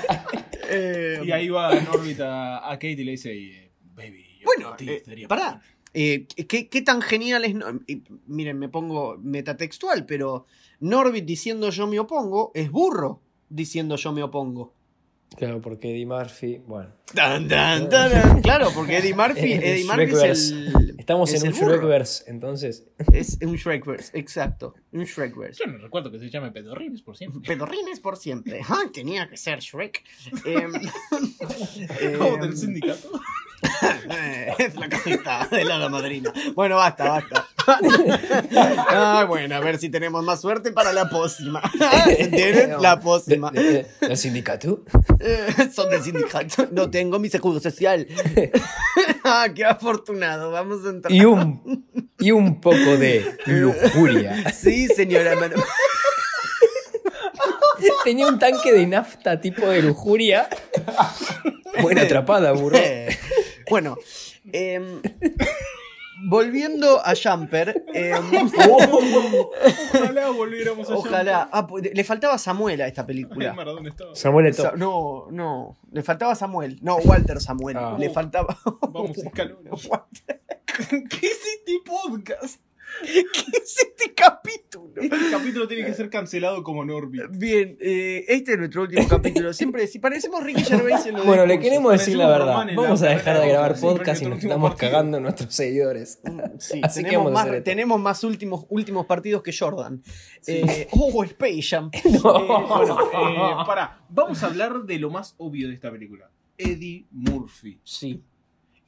[SPEAKER 1] Eh,
[SPEAKER 2] Y ahí va en órbita a Kate y le dice, eh, baby, yo
[SPEAKER 1] Bueno,
[SPEAKER 2] a ti
[SPEAKER 1] eh,
[SPEAKER 2] estaría
[SPEAKER 1] pará.
[SPEAKER 2] bien".
[SPEAKER 1] Eh, ¿qué, qué tan genial es? No- y, miren, me pongo metatextual, pero Norbit diciendo yo me opongo es burro diciendo yo me opongo.
[SPEAKER 3] Claro, porque Eddie Murphy. Bueno,
[SPEAKER 1] Tan, tan, tan, tan. Claro, porque Eddie Murphy,
[SPEAKER 3] El
[SPEAKER 1] Eddie Murphy es el.
[SPEAKER 3] estamos
[SPEAKER 1] es
[SPEAKER 3] en un
[SPEAKER 1] el burro.
[SPEAKER 3] Shrekverse, entonces.
[SPEAKER 1] Es un Shrekverse, exacto. Un Shrekverse.
[SPEAKER 2] Yo no recuerdo que se llame Pedorrines por siempre.
[SPEAKER 1] Pedorrines por siempre. Ah, tenía que ser Shrek. Em, em,
[SPEAKER 2] Como del sindicato.
[SPEAKER 1] Eh, es la cajita de la hada madrina. Bueno, basta, basta. Ah, bueno, a ver si tenemos más suerte para la pócima. ¿Entienden? La pócima.
[SPEAKER 3] De- de- de- ¿El sindicato?
[SPEAKER 1] Eh, Son del sindicato. No tengo mi seguro social. Ah, qué afortunado. Vamos a entrar.
[SPEAKER 3] Y un, y un poco de lujuria.
[SPEAKER 1] Sí, señora Manu.
[SPEAKER 3] Tenía un tanque de nafta tipo de lujuria. Buena atrapada, burro.
[SPEAKER 1] Eh, bueno, em, volviendo a Jumper, em,
[SPEAKER 3] Oh.
[SPEAKER 2] Ojalá volviéramos a
[SPEAKER 1] ojalá. Ah, pu- le faltaba Samuel a esta
[SPEAKER 2] Ay,
[SPEAKER 1] película.
[SPEAKER 2] Maradona estaba.
[SPEAKER 3] Samuel
[SPEAKER 1] Sa-
[SPEAKER 3] Eto'o.
[SPEAKER 1] No, no, le faltaba Samuel, no, Walter Samuel,
[SPEAKER 3] Ah.
[SPEAKER 1] le faltaba.
[SPEAKER 2] Vamos, escalones.
[SPEAKER 1] ¿Qué es este podcast? ¿Qué es este capítulo?
[SPEAKER 2] Este capítulo tiene que ser cancelado como Norby.
[SPEAKER 1] Bien, eh, este es nuestro último capítulo. Siempre si parecemos Ricky Gervais en lo de
[SPEAKER 3] Bueno, le
[SPEAKER 1] discurso.
[SPEAKER 3] queremos decir la
[SPEAKER 2] Parecemos
[SPEAKER 3] verdad.
[SPEAKER 2] Román en la
[SPEAKER 3] Vamos a
[SPEAKER 2] carrera
[SPEAKER 3] dejar de
[SPEAKER 2] de
[SPEAKER 3] grabar
[SPEAKER 2] boxeo, siempre
[SPEAKER 3] podcast y
[SPEAKER 2] nuestro
[SPEAKER 3] nos
[SPEAKER 2] último
[SPEAKER 3] estamos
[SPEAKER 2] partido.
[SPEAKER 3] cagando en nuestros seguidores.
[SPEAKER 1] Sí,
[SPEAKER 3] Así que
[SPEAKER 1] tenemos,
[SPEAKER 3] vamos a
[SPEAKER 1] más,
[SPEAKER 3] hacer esto.
[SPEAKER 1] tenemos más últimos, últimos partidos que Jordan. Eh, oh, Space Jam. Eh,
[SPEAKER 2] Bueno, eh, pará. Vamos a hablar de lo más obvio de esta película. Eddie Murphy.
[SPEAKER 1] sí.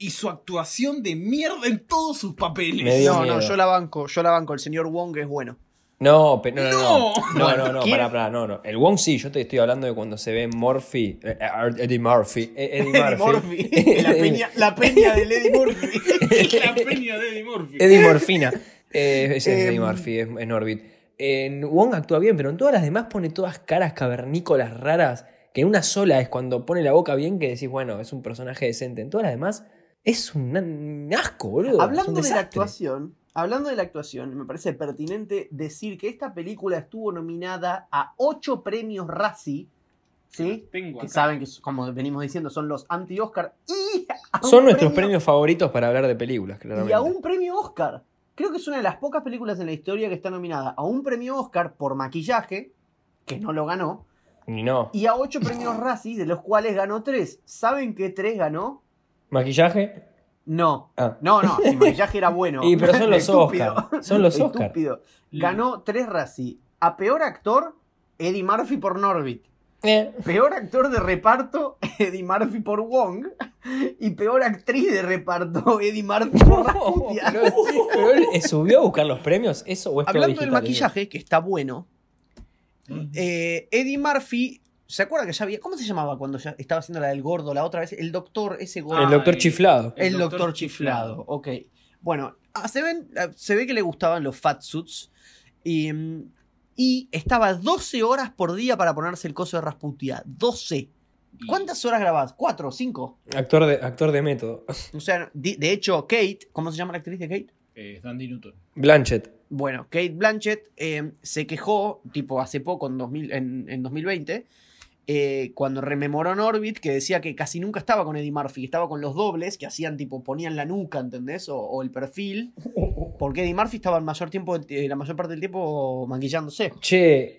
[SPEAKER 2] y su actuación de mierda en todos sus papeles.
[SPEAKER 3] Me dio
[SPEAKER 7] No,
[SPEAKER 3] miedo.
[SPEAKER 7] no, yo la banco, yo la banco. El señor Wong es bueno.
[SPEAKER 3] No, pero no, no, no, no, no, no,
[SPEAKER 7] ¿quién?
[SPEAKER 3] pará, pará, no, no. El Wong sí, yo te estoy hablando de cuando se ve Murphy, eh, Eddie Murphy, eh, Eddie Murphy.
[SPEAKER 7] Eddie Murphy. La peña, la peña de Eddie Murphy.
[SPEAKER 2] la peña de Eddie Murphy.
[SPEAKER 3] Eddie Morfina. Eh, ese es Eddie
[SPEAKER 7] Em.
[SPEAKER 3] Murphy, es, en Orbit. En Wong actúa bien, pero en todas las demás pone todas caras cavernícolas raras, que en una sola es cuando pone la boca bien que decís, bueno, es un personaje decente. En todas las demás es un an- asco, boludo. es un
[SPEAKER 7] Hablando de la
[SPEAKER 3] desastre.
[SPEAKER 7] actuación, hablando de la actuación, me parece pertinente decir que esta película estuvo nominada a ocho premios Razzie, ¿sí?
[SPEAKER 2] Tengo
[SPEAKER 7] Que
[SPEAKER 2] acá.
[SPEAKER 7] saben que, como venimos diciendo, son los anti-Oscar y a un
[SPEAKER 3] Son nuestros
[SPEAKER 7] premio-
[SPEAKER 3] premios favoritos para hablar de películas, claramente.
[SPEAKER 7] Y a un premio Oscar. Creo que es una de las pocas películas en la historia que está nominada a un premio Oscar por maquillaje, que no lo ganó,
[SPEAKER 3] Ni no.
[SPEAKER 7] y a ocho premios Razzie, de los cuales ganó tres. ¿Saben qué tres ganó?
[SPEAKER 3] ¿Maquillaje?
[SPEAKER 7] No.
[SPEAKER 3] Ah.
[SPEAKER 7] No, no, si maquillaje era bueno.
[SPEAKER 3] Y pero son los
[SPEAKER 7] Estúpido.
[SPEAKER 3] Oscar. Son los Oscar.
[SPEAKER 7] Estúpido. Ganó tres Razzie. A peor actor, Eddie Murphy por Norbit.
[SPEAKER 3] Eh.
[SPEAKER 7] Peor actor de reparto, Eddie Murphy por Wong. Y peor actriz de reparto, Eddie Murphy por
[SPEAKER 3] No,
[SPEAKER 7] Rasputia.
[SPEAKER 3] pero, pero él eh, subió a buscar los premios, eso o es todo
[SPEAKER 1] Hablando del
[SPEAKER 3] digital,
[SPEAKER 1] maquillaje, que está bueno, eh, Eddie Murphy, ¿se acuerda que ya había. ¿Cómo se llamaba cuando ya estaba haciendo la del gordo la otra vez? El doctor, ese gordo.
[SPEAKER 3] niño? El doctor
[SPEAKER 2] Ay.
[SPEAKER 3] chiflado.
[SPEAKER 1] El, doctor, chiflado. ok. Bueno, ah, se, ven, ah, se ve que le gustaban los fatsuits. Y, mm, y estaba 12 horas por día para ponerse el coso de Rasputia. 12.
[SPEAKER 2] Y-
[SPEAKER 1] ¿Cuántas horas grabás? ¿Cuatro? ¿Cinco?
[SPEAKER 3] Actor de, actor de método.
[SPEAKER 1] O sea, di- de hecho, Kate, ¿cómo se llama la actriz de Kate?
[SPEAKER 2] Eh, Dandy Newton.
[SPEAKER 3] Blanchett.
[SPEAKER 1] Bueno, Kate Blanchett eh, se quejó, tipo hace poco, en, 2000, en, en 2020, eh, cuando rememoró en Orbit, que decía que casi nunca estaba con Eddie Murphy, estaba con los dobles, que hacían tipo, ponían la nuca, ¿entendés? O, o el perfil, porque Eddie Murphy estaba el mayor tiempo, eh, la mayor parte del tiempo maquillándose.
[SPEAKER 3] Che,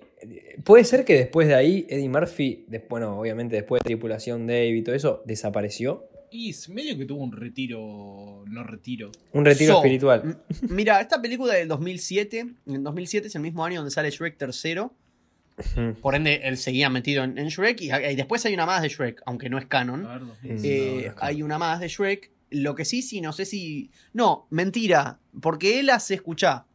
[SPEAKER 3] puede ser que después de ahí Eddie Murphy, des- bueno, obviamente después de Tripulación Dave y todo eso, desapareció.
[SPEAKER 2] Y es medio que tuvo un retiro. No retiro.
[SPEAKER 3] Un retiro
[SPEAKER 1] So,
[SPEAKER 3] espiritual.
[SPEAKER 1] m- Mira, esta película del 2007, en 2007 es el mismo año donde sale Shrek tercero,
[SPEAKER 3] Ujú.
[SPEAKER 1] por ende él seguía metido en, en Shrek, y, y después hay una más de Shrek, aunque no es canon.
[SPEAKER 2] A ver,
[SPEAKER 3] Mm.
[SPEAKER 2] 2000.
[SPEAKER 1] Eh,
[SPEAKER 3] No, no es
[SPEAKER 1] hay una más de Shrek. Lo que sí, sí, no sé si. No, mentira. Porque él hace, escuchá,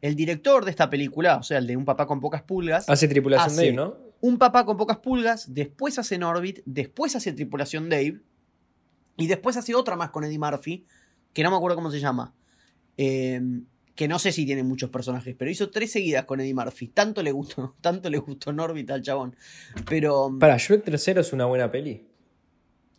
[SPEAKER 1] el director de esta película, o sea, el de Un Papá con Pocas Pulgas,
[SPEAKER 3] Hace Tripulación
[SPEAKER 1] hace-
[SPEAKER 3] Dave, ¿no?
[SPEAKER 1] Un Papá con Pocas Pulgas, después hace En Orbit, después hace Tripulación Dave, y después hace otra más con Eddie Murphy, que no me acuerdo cómo se llama. eh, que no sé si tiene muchos personajes, pero hizo tres seguidas con Eddie Murphy. Tanto le gustó, tanto le gustó En Orbit al chabón. Pero.
[SPEAKER 3] Para, Shrek 3 es una buena peli.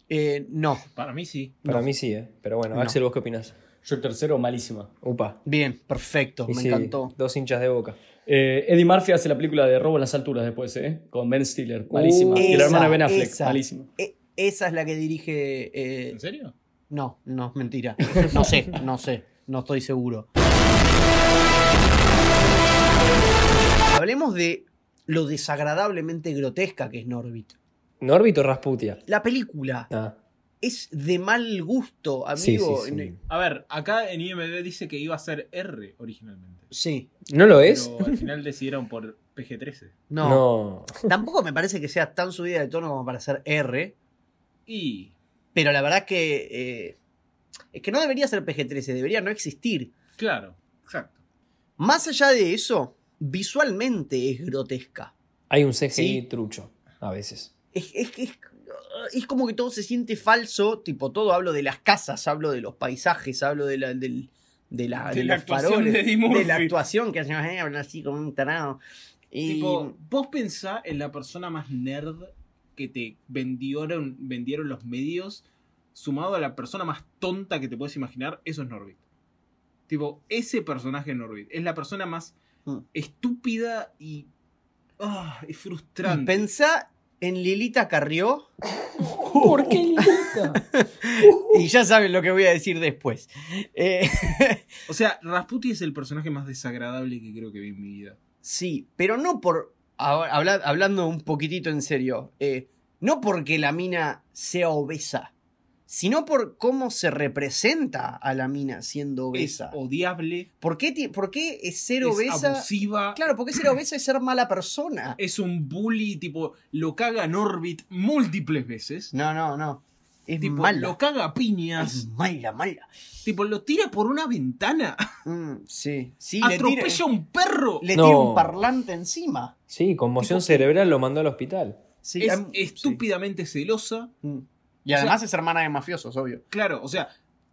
[SPEAKER 1] eh, no.
[SPEAKER 2] Para mí sí.
[SPEAKER 3] Para mí sí, ¿eh? Pero bueno,
[SPEAKER 1] No.
[SPEAKER 3] Axel, ¿vos qué opinás?
[SPEAKER 5] Yo el tercero, malísima.
[SPEAKER 3] Upa.
[SPEAKER 1] Bien, perfecto.
[SPEAKER 3] Y
[SPEAKER 1] me
[SPEAKER 3] sí,
[SPEAKER 1] encantó.
[SPEAKER 3] Dos hinchas de boca.
[SPEAKER 5] Eh, Eddie Murphy hace la película de Robo en las alturas después, ¿eh? Con Ben Stiller, malísima.
[SPEAKER 1] Uh,
[SPEAKER 5] y
[SPEAKER 1] esa,
[SPEAKER 5] la hermana de Ben Affleck,
[SPEAKER 1] esa.
[SPEAKER 5] malísima.
[SPEAKER 1] E- esa es la que dirige. eh,
[SPEAKER 2] ¿En serio?
[SPEAKER 1] no, no, mentira. No sé, no sé. No estoy seguro. Hablemos de lo desagradablemente grotesca que es Norbit.
[SPEAKER 3] Norbit o Rasputia.
[SPEAKER 1] La película
[SPEAKER 3] Ah,
[SPEAKER 1] es de mal gusto,
[SPEAKER 3] sí, sí,
[SPEAKER 1] amigo.
[SPEAKER 3] sí.
[SPEAKER 1] Ne-
[SPEAKER 2] A ver, acá en IMDb dice que iba a ser R originalmente.
[SPEAKER 1] Sí,
[SPEAKER 3] ¿No lo es?
[SPEAKER 2] Pero al final decidieron por PG-13.
[SPEAKER 1] no.
[SPEAKER 3] no.
[SPEAKER 1] Tampoco me parece que sea tan subida de tono como para ser R,
[SPEAKER 2] Y.
[SPEAKER 1] pero la verdad que. eh, es que no debería ser PG-13, debería no existir.
[SPEAKER 2] Claro, exacto.
[SPEAKER 1] Más allá de eso, visualmente es grotesca.
[SPEAKER 3] Hay un CGI
[SPEAKER 1] Sí.
[SPEAKER 3] trucho a veces.
[SPEAKER 1] Es, es, es- es como que todo se siente falso, tipo todo, hablo de las casas, hablo de los paisajes, hablo de la, del- de la-
[SPEAKER 2] De
[SPEAKER 1] Ah, de
[SPEAKER 2] la
[SPEAKER 1] los
[SPEAKER 2] actuación de
[SPEAKER 1] faroles,
[SPEAKER 2] Eddie
[SPEAKER 1] de,
[SPEAKER 2] Murphy.
[SPEAKER 1] la actuación que hacen eh, hablan así como un tarado. Y
[SPEAKER 2] Tipo, vos pensá en la persona más nerd que te vendieron, vendieron los medios, sumado a la persona más tonta que te puedes imaginar, eso es Norbit. Tipo, ese personaje es Norbit. Es la persona más
[SPEAKER 1] Mm.
[SPEAKER 2] estúpida y. ah, es
[SPEAKER 1] y
[SPEAKER 2] frustrante.
[SPEAKER 1] pensá en Lilita Carrió,
[SPEAKER 3] ¿Por qué
[SPEAKER 1] y ya saben lo que voy a decir después. Eh,
[SPEAKER 2] O sea, Rasputi es el personaje más desagradable que creo que vi en mi vida.
[SPEAKER 1] Sí, pero no por. ahora, habla- hablando un poquitito en serio. eh, no porque la mina sea obesa. Sino por cómo se representa a la mina siendo obesa.
[SPEAKER 2] Es odiable,
[SPEAKER 1] ¿Por qué, ti- por qué es ser
[SPEAKER 2] es
[SPEAKER 1] obesa?
[SPEAKER 2] abusiva,
[SPEAKER 1] Claro, porque ser obesa es ser mala persona.
[SPEAKER 2] es un bully, tipo, lo caga Norbit múltiples veces.
[SPEAKER 1] No, no, no. Es
[SPEAKER 2] Tipo,
[SPEAKER 1] mala.
[SPEAKER 2] lo caga a piñas.
[SPEAKER 1] Es mala, mala.
[SPEAKER 2] Tipo, lo tira por una ventana.
[SPEAKER 1] Mm, sí. Sí, le tira, eh.
[SPEAKER 2] Atropella a un perro.
[SPEAKER 1] le
[SPEAKER 3] No.
[SPEAKER 1] tira un parlante encima.
[SPEAKER 3] Sí, conmoción cerebral lo mandó al hospital.
[SPEAKER 1] Sí,
[SPEAKER 2] es
[SPEAKER 1] am-
[SPEAKER 2] estúpidamente celosa.
[SPEAKER 1] sí. Mm. Y además es hermana de mafiosos, obvio.
[SPEAKER 2] Claro, o sea,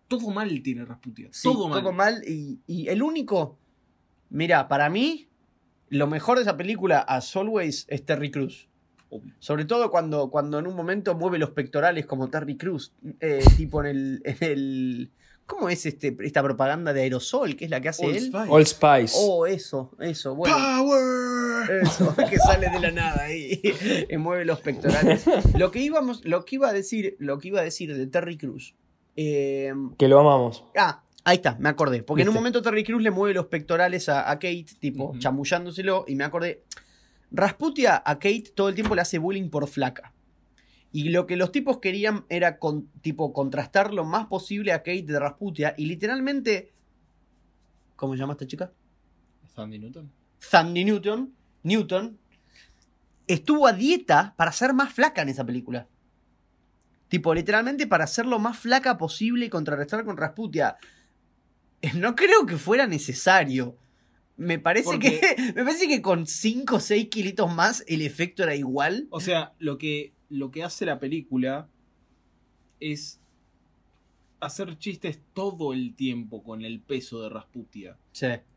[SPEAKER 2] todo mal tiene Rasputia.
[SPEAKER 1] Sí,
[SPEAKER 2] todo mal.
[SPEAKER 1] y, y el único. Mira, para mí, lo mejor de esa película a Always es Terry Cruz.
[SPEAKER 2] Obvio.
[SPEAKER 1] Sobre todo cuando, cuando en un momento mueve los pectorales como Terry Cruz. tipo en el, en el- ¿Cómo es este, esta propaganda de aerosol? que es la que hace
[SPEAKER 2] Old
[SPEAKER 1] él?
[SPEAKER 2] Oh, Spice.
[SPEAKER 3] Old Spice.
[SPEAKER 1] Oh, eso, eso, bueno.
[SPEAKER 2] ¡Power!
[SPEAKER 1] Eso, que sale de la nada ahí y mueve los pectorales. Lo que íbamos, lo que iba a decir, lo que iba a decir de Terry Cruz. eh,
[SPEAKER 3] Que lo amamos.
[SPEAKER 1] ah, ahí está, me acordé. Porque en un
[SPEAKER 3] Viste.
[SPEAKER 1] momento Terry Cruz le mueve los pectorales a, a Kate, tipo,
[SPEAKER 2] Ujú.
[SPEAKER 1] chamullándoselo, y me acordé. Rasputia a Kate todo el tiempo le hace bullying por flaca. Y lo que los tipos querían era con, tipo contrastar lo más posible a Kate de Rasputia. Y literalmente. ¿Cómo se llama esta chica?
[SPEAKER 2] Sandy Newton.
[SPEAKER 1] Sandy Newton, Newton, estuvo a dieta para ser más flaca en esa película. Tipo, literalmente para ser lo más flaca posible y contrarrestar con Rasputia. Eh, No creo que fuera necesario. Me parece,
[SPEAKER 2] Porque-
[SPEAKER 1] que, me parece que con 5 o 6 kilitos más el efecto era igual.
[SPEAKER 2] O sea, lo que, lo que hace la película es hacer chistes todo el tiempo con el peso de Rasputia.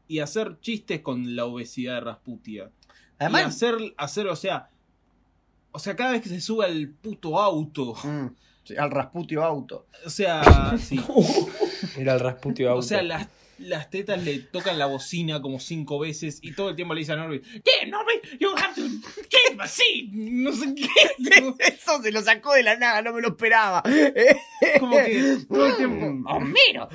[SPEAKER 2] Y hacer chistes con la obesidad de Rasputia. y
[SPEAKER 1] Además,
[SPEAKER 2] hacer, hacer, o sea. O sea, cada vez que se sube al puto auto.
[SPEAKER 1] mm, sí, al Rasputio auto.
[SPEAKER 2] O sea. sí.
[SPEAKER 3] Era el Rasputio auto.
[SPEAKER 2] O sea, las, las tetas le tocan la bocina como cinco veces y todo el tiempo le dicen a Norbit, ¿Qué, Norbit? You have to get my seat", No sé qué.
[SPEAKER 1] Eso se lo sacó de la nada, no me lo esperaba.
[SPEAKER 2] Como que todo el tiempo.
[SPEAKER 8] Homero,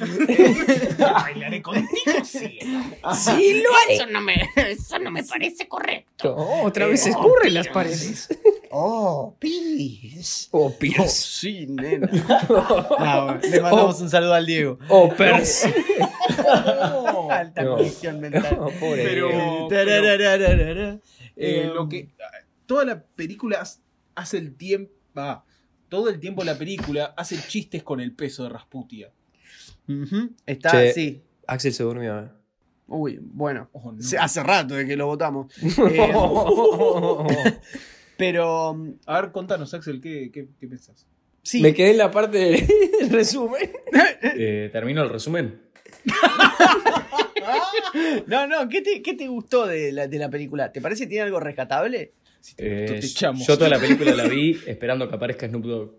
[SPEAKER 2] Bailaré contigo, sí.
[SPEAKER 3] Sí, lo
[SPEAKER 8] eso no me, eso no me parece correcto.
[SPEAKER 3] Oh, otra vez escurre las paredes.
[SPEAKER 1] Oh, Piris.
[SPEAKER 3] Oh, Pierce.
[SPEAKER 1] Sí, nena. Ah, bueno, le mandamos un saludo al Diego.
[SPEAKER 3] Oh, Percy.
[SPEAKER 1] Oh, Alta
[SPEAKER 3] No.
[SPEAKER 1] condición mental.
[SPEAKER 3] Oh, pobre.
[SPEAKER 2] Pero-
[SPEAKER 3] Diego.
[SPEAKER 2] No,
[SPEAKER 1] Tararararara.
[SPEAKER 2] Eh,
[SPEAKER 1] Em,
[SPEAKER 2] lo que. Toda la película hace- hace el tiempo. ah, todo el tiempo la película hace chistes con el peso de Rasputia.
[SPEAKER 1] Ujú, Está
[SPEAKER 3] Che.
[SPEAKER 1] así.
[SPEAKER 3] Axel se durmió. eh.
[SPEAKER 1] Uy, bueno.
[SPEAKER 2] Oh, no.
[SPEAKER 1] Se- Hace rato de que lo votamos. Eh,
[SPEAKER 3] Oh,
[SPEAKER 1] pero mm,
[SPEAKER 2] A ver, contanos, Axel, ¿qué, qué, qué pensás?
[SPEAKER 1] sí.
[SPEAKER 3] Me quedé en la parte del resumen.
[SPEAKER 5] Eh, termino el resumen.
[SPEAKER 1] No, no, ¿qué te, qué te gustó de la, de la película? ¿Te parece que tiene algo rescatable?
[SPEAKER 2] Si te gustó,
[SPEAKER 5] Eh,
[SPEAKER 2] te echamos.
[SPEAKER 5] yo toda la película la vi esperando que aparezca Snoop Dogg.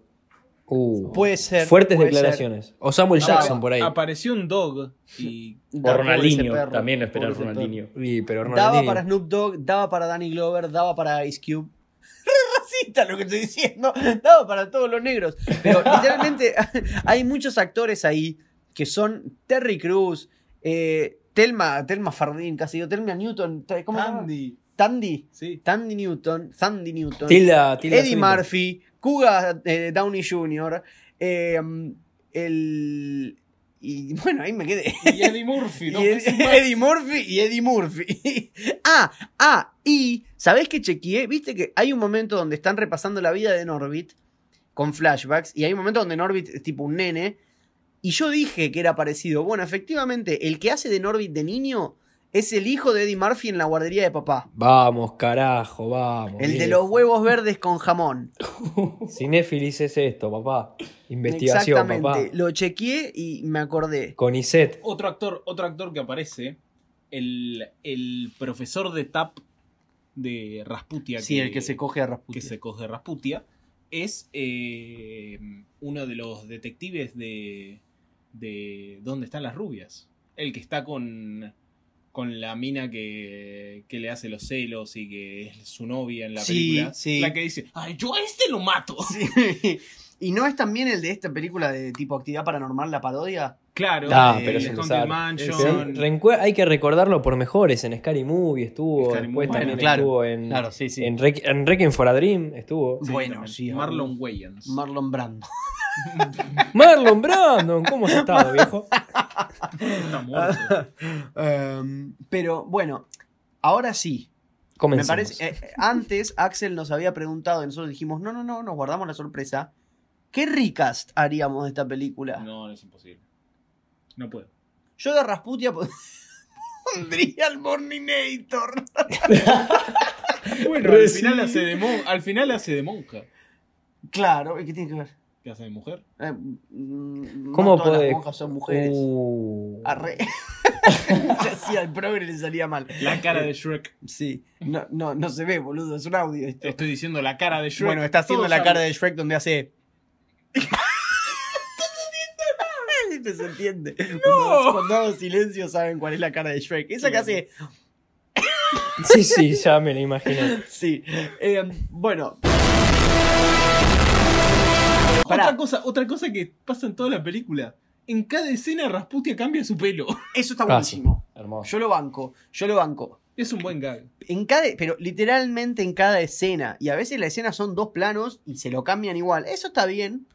[SPEAKER 3] Uh,
[SPEAKER 1] Puede ser.
[SPEAKER 3] fuertes
[SPEAKER 1] puede
[SPEAKER 3] declaraciones. O Samuel
[SPEAKER 2] Apare-
[SPEAKER 3] Jackson por ahí.
[SPEAKER 2] Apareció un dog y
[SPEAKER 1] ser.
[SPEAKER 5] O
[SPEAKER 1] Da- pobre ese
[SPEAKER 5] Ronaldinho,
[SPEAKER 1] perro,
[SPEAKER 5] también lo esperaba
[SPEAKER 1] pobre ese
[SPEAKER 5] Ronaldinho.
[SPEAKER 3] Sí, pero
[SPEAKER 1] perro. Daba
[SPEAKER 3] Ronaldinho.
[SPEAKER 1] para Snoop Dogg, daba para Danny Glover, daba para Ice Cube. Re Racista lo que estoy diciendo. Daba para todos los negros. Pero literalmente hay muchos actores ahí que son Terry Cruz, eh, Telma, Telma Fardín, casi digo, Telma Newton, te- ¿cómo se llama?
[SPEAKER 2] Andy.
[SPEAKER 1] Tandy,
[SPEAKER 2] Sí.
[SPEAKER 1] Tandy Newton, Sandy Newton,
[SPEAKER 3] Tilda, Tilda
[SPEAKER 1] Eddie
[SPEAKER 3] Swinton.
[SPEAKER 1] Murphy, Kuga eh, Downey Jr., eh, el... Y bueno, ahí me quedé.
[SPEAKER 2] Y Eddie Murphy,
[SPEAKER 1] Y
[SPEAKER 2] ¿no?
[SPEAKER 1] Ed- Eddie Murphy y Eddie Murphy. ah, ah, y ¿sabés qué chequeé? Viste que hay un momento donde están repasando la vida de Norbit con flashbacks y hay un momento donde Norbit es tipo un nene y yo dije que era parecido. Bueno, efectivamente, el que hace de Norbit de niño es el hijo de Eddie Murphy en la guardería de papá.
[SPEAKER 3] Vamos, carajo, vamos.
[SPEAKER 1] El de
[SPEAKER 3] viejo.
[SPEAKER 1] los huevos verdes con jamón.
[SPEAKER 3] Cinéfilis es esto, papá. Investigación, papá.
[SPEAKER 1] Exactamente. Lo chequeé y me acordé.
[SPEAKER 3] Con Iset.
[SPEAKER 2] Otro actor, otro actor que aparece, el, el profesor de TAP de Rasputia.
[SPEAKER 1] Sí, el que se coge a Rasputin.
[SPEAKER 2] que se coge Rasputia, es eh, uno de los detectives de, de ¿Dónde están las rubias? El que está con, con la mina que, que le hace los celos y que es su novia en la
[SPEAKER 1] Sí,
[SPEAKER 2] película.
[SPEAKER 1] sí.
[SPEAKER 2] La que dice, ¡ay, yo a este lo mato!
[SPEAKER 1] Sí. ¿Y no es también el de esta película de tipo actividad paranormal, la parodia?
[SPEAKER 2] Claro,
[SPEAKER 3] Ah,
[SPEAKER 2] eh,
[SPEAKER 3] pero es
[SPEAKER 2] el
[SPEAKER 3] un
[SPEAKER 2] Haunted
[SPEAKER 3] desastre. Pero
[SPEAKER 2] Mansion.
[SPEAKER 3] rencue- hay que recordarlo por mejores. En Scary Movie estuvo.
[SPEAKER 2] Scary
[SPEAKER 3] después
[SPEAKER 2] Movie,
[SPEAKER 3] también
[SPEAKER 1] bueno, claro,
[SPEAKER 3] estuvo en,
[SPEAKER 1] sí,
[SPEAKER 3] en, Requ- en Requiem for a Dream. Estuvo.
[SPEAKER 2] Sí,
[SPEAKER 1] bueno,
[SPEAKER 2] también.
[SPEAKER 1] sí,
[SPEAKER 2] Marlon Wayans.
[SPEAKER 1] Marlon Brando.
[SPEAKER 3] Marlon Brandon, ¿cómo has estado, viejo?
[SPEAKER 2] Está
[SPEAKER 1] Ah.
[SPEAKER 2] muerto.
[SPEAKER 1] Em, pero bueno, ahora sí. Me
[SPEAKER 3] Comencemos.
[SPEAKER 1] parece, eh, eh, antes Axel nos había preguntado y nosotros dijimos, no, no, no, nos guardamos la sorpresa. ¿Qué recast haríamos de esta película?
[SPEAKER 2] No, no es imposible. No puedo.
[SPEAKER 1] Yo de Rasputia pon- pondría al Morninator.
[SPEAKER 2] Bueno, al final, hace de mon- al final hace de monja.
[SPEAKER 1] Claro, ¿y qué tiene que ver?
[SPEAKER 2] ¿Qué hace de mujer?
[SPEAKER 1] Eh, mm,
[SPEAKER 3] ¿Cómo
[SPEAKER 1] no todas
[SPEAKER 3] podés-
[SPEAKER 1] las monjas son mujeres.
[SPEAKER 3] Uh.
[SPEAKER 1] Arre. Se hacía el progre le salía mal.
[SPEAKER 2] La cara de Shrek.
[SPEAKER 1] Sí, no, no, no se ve, boludo, es un audio este. esto.
[SPEAKER 2] Estoy diciendo la cara de Shrek.
[SPEAKER 1] Bueno, está haciendo
[SPEAKER 2] Todos
[SPEAKER 1] la cara
[SPEAKER 2] saben-
[SPEAKER 1] de Shrek donde hace. No se entiende. Cuando, cuando hago silencio saben cuál es la cara de Shrek. Esa que hace.
[SPEAKER 3] Sí, sí, ya me lo imagino.
[SPEAKER 1] Sí. Eh, bueno.
[SPEAKER 2] Otra
[SPEAKER 1] Pará.
[SPEAKER 2] cosa, otra cosa que pasa en toda la película. En cada escena Rasputia cambia su pelo.
[SPEAKER 1] Eso está
[SPEAKER 3] Ah, sí.
[SPEAKER 1] buenísimo.
[SPEAKER 5] Hermoso.
[SPEAKER 1] Yo lo banco. Yo lo banco.
[SPEAKER 2] Es un buen gag.
[SPEAKER 1] En cada, pero literalmente en cada escena. Y a veces la escena son dos planos y se lo cambian igual. Eso está bien.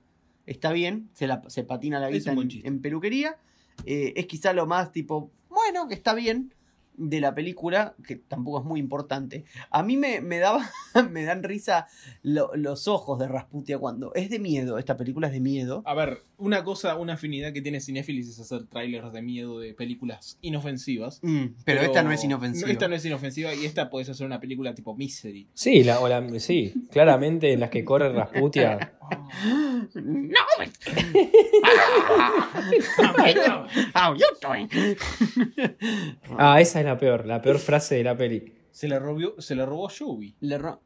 [SPEAKER 1] Está bien. Se, la, se patina la
[SPEAKER 2] Es
[SPEAKER 1] guita
[SPEAKER 2] un buen
[SPEAKER 1] en,
[SPEAKER 2] chiste.
[SPEAKER 1] en peluquería. Eh, es quizá lo más tipo, bueno, que está bien de la película, que tampoco es muy importante. A mí me, me daba, me dan risa lo- los ojos de Rasputia cuando es de miedo. Esta película es de miedo.
[SPEAKER 2] A ver, una cosa, una afinidad que tiene Cinefilis es hacer trailers de miedo de películas inofensivas.
[SPEAKER 1] Mm, pero, esta no es inofensiva.
[SPEAKER 2] no, esta no es inofensiva y esta podés hacer una película tipo Misery.
[SPEAKER 3] Sí, la, o la- sí, claramente las que corre Rasputia.
[SPEAKER 8] No, but. How you doing?
[SPEAKER 3] Ah, esa es la peor, la peor frase de la peli.
[SPEAKER 2] Se la robó, se la robó Joey.
[SPEAKER 1] Le ro-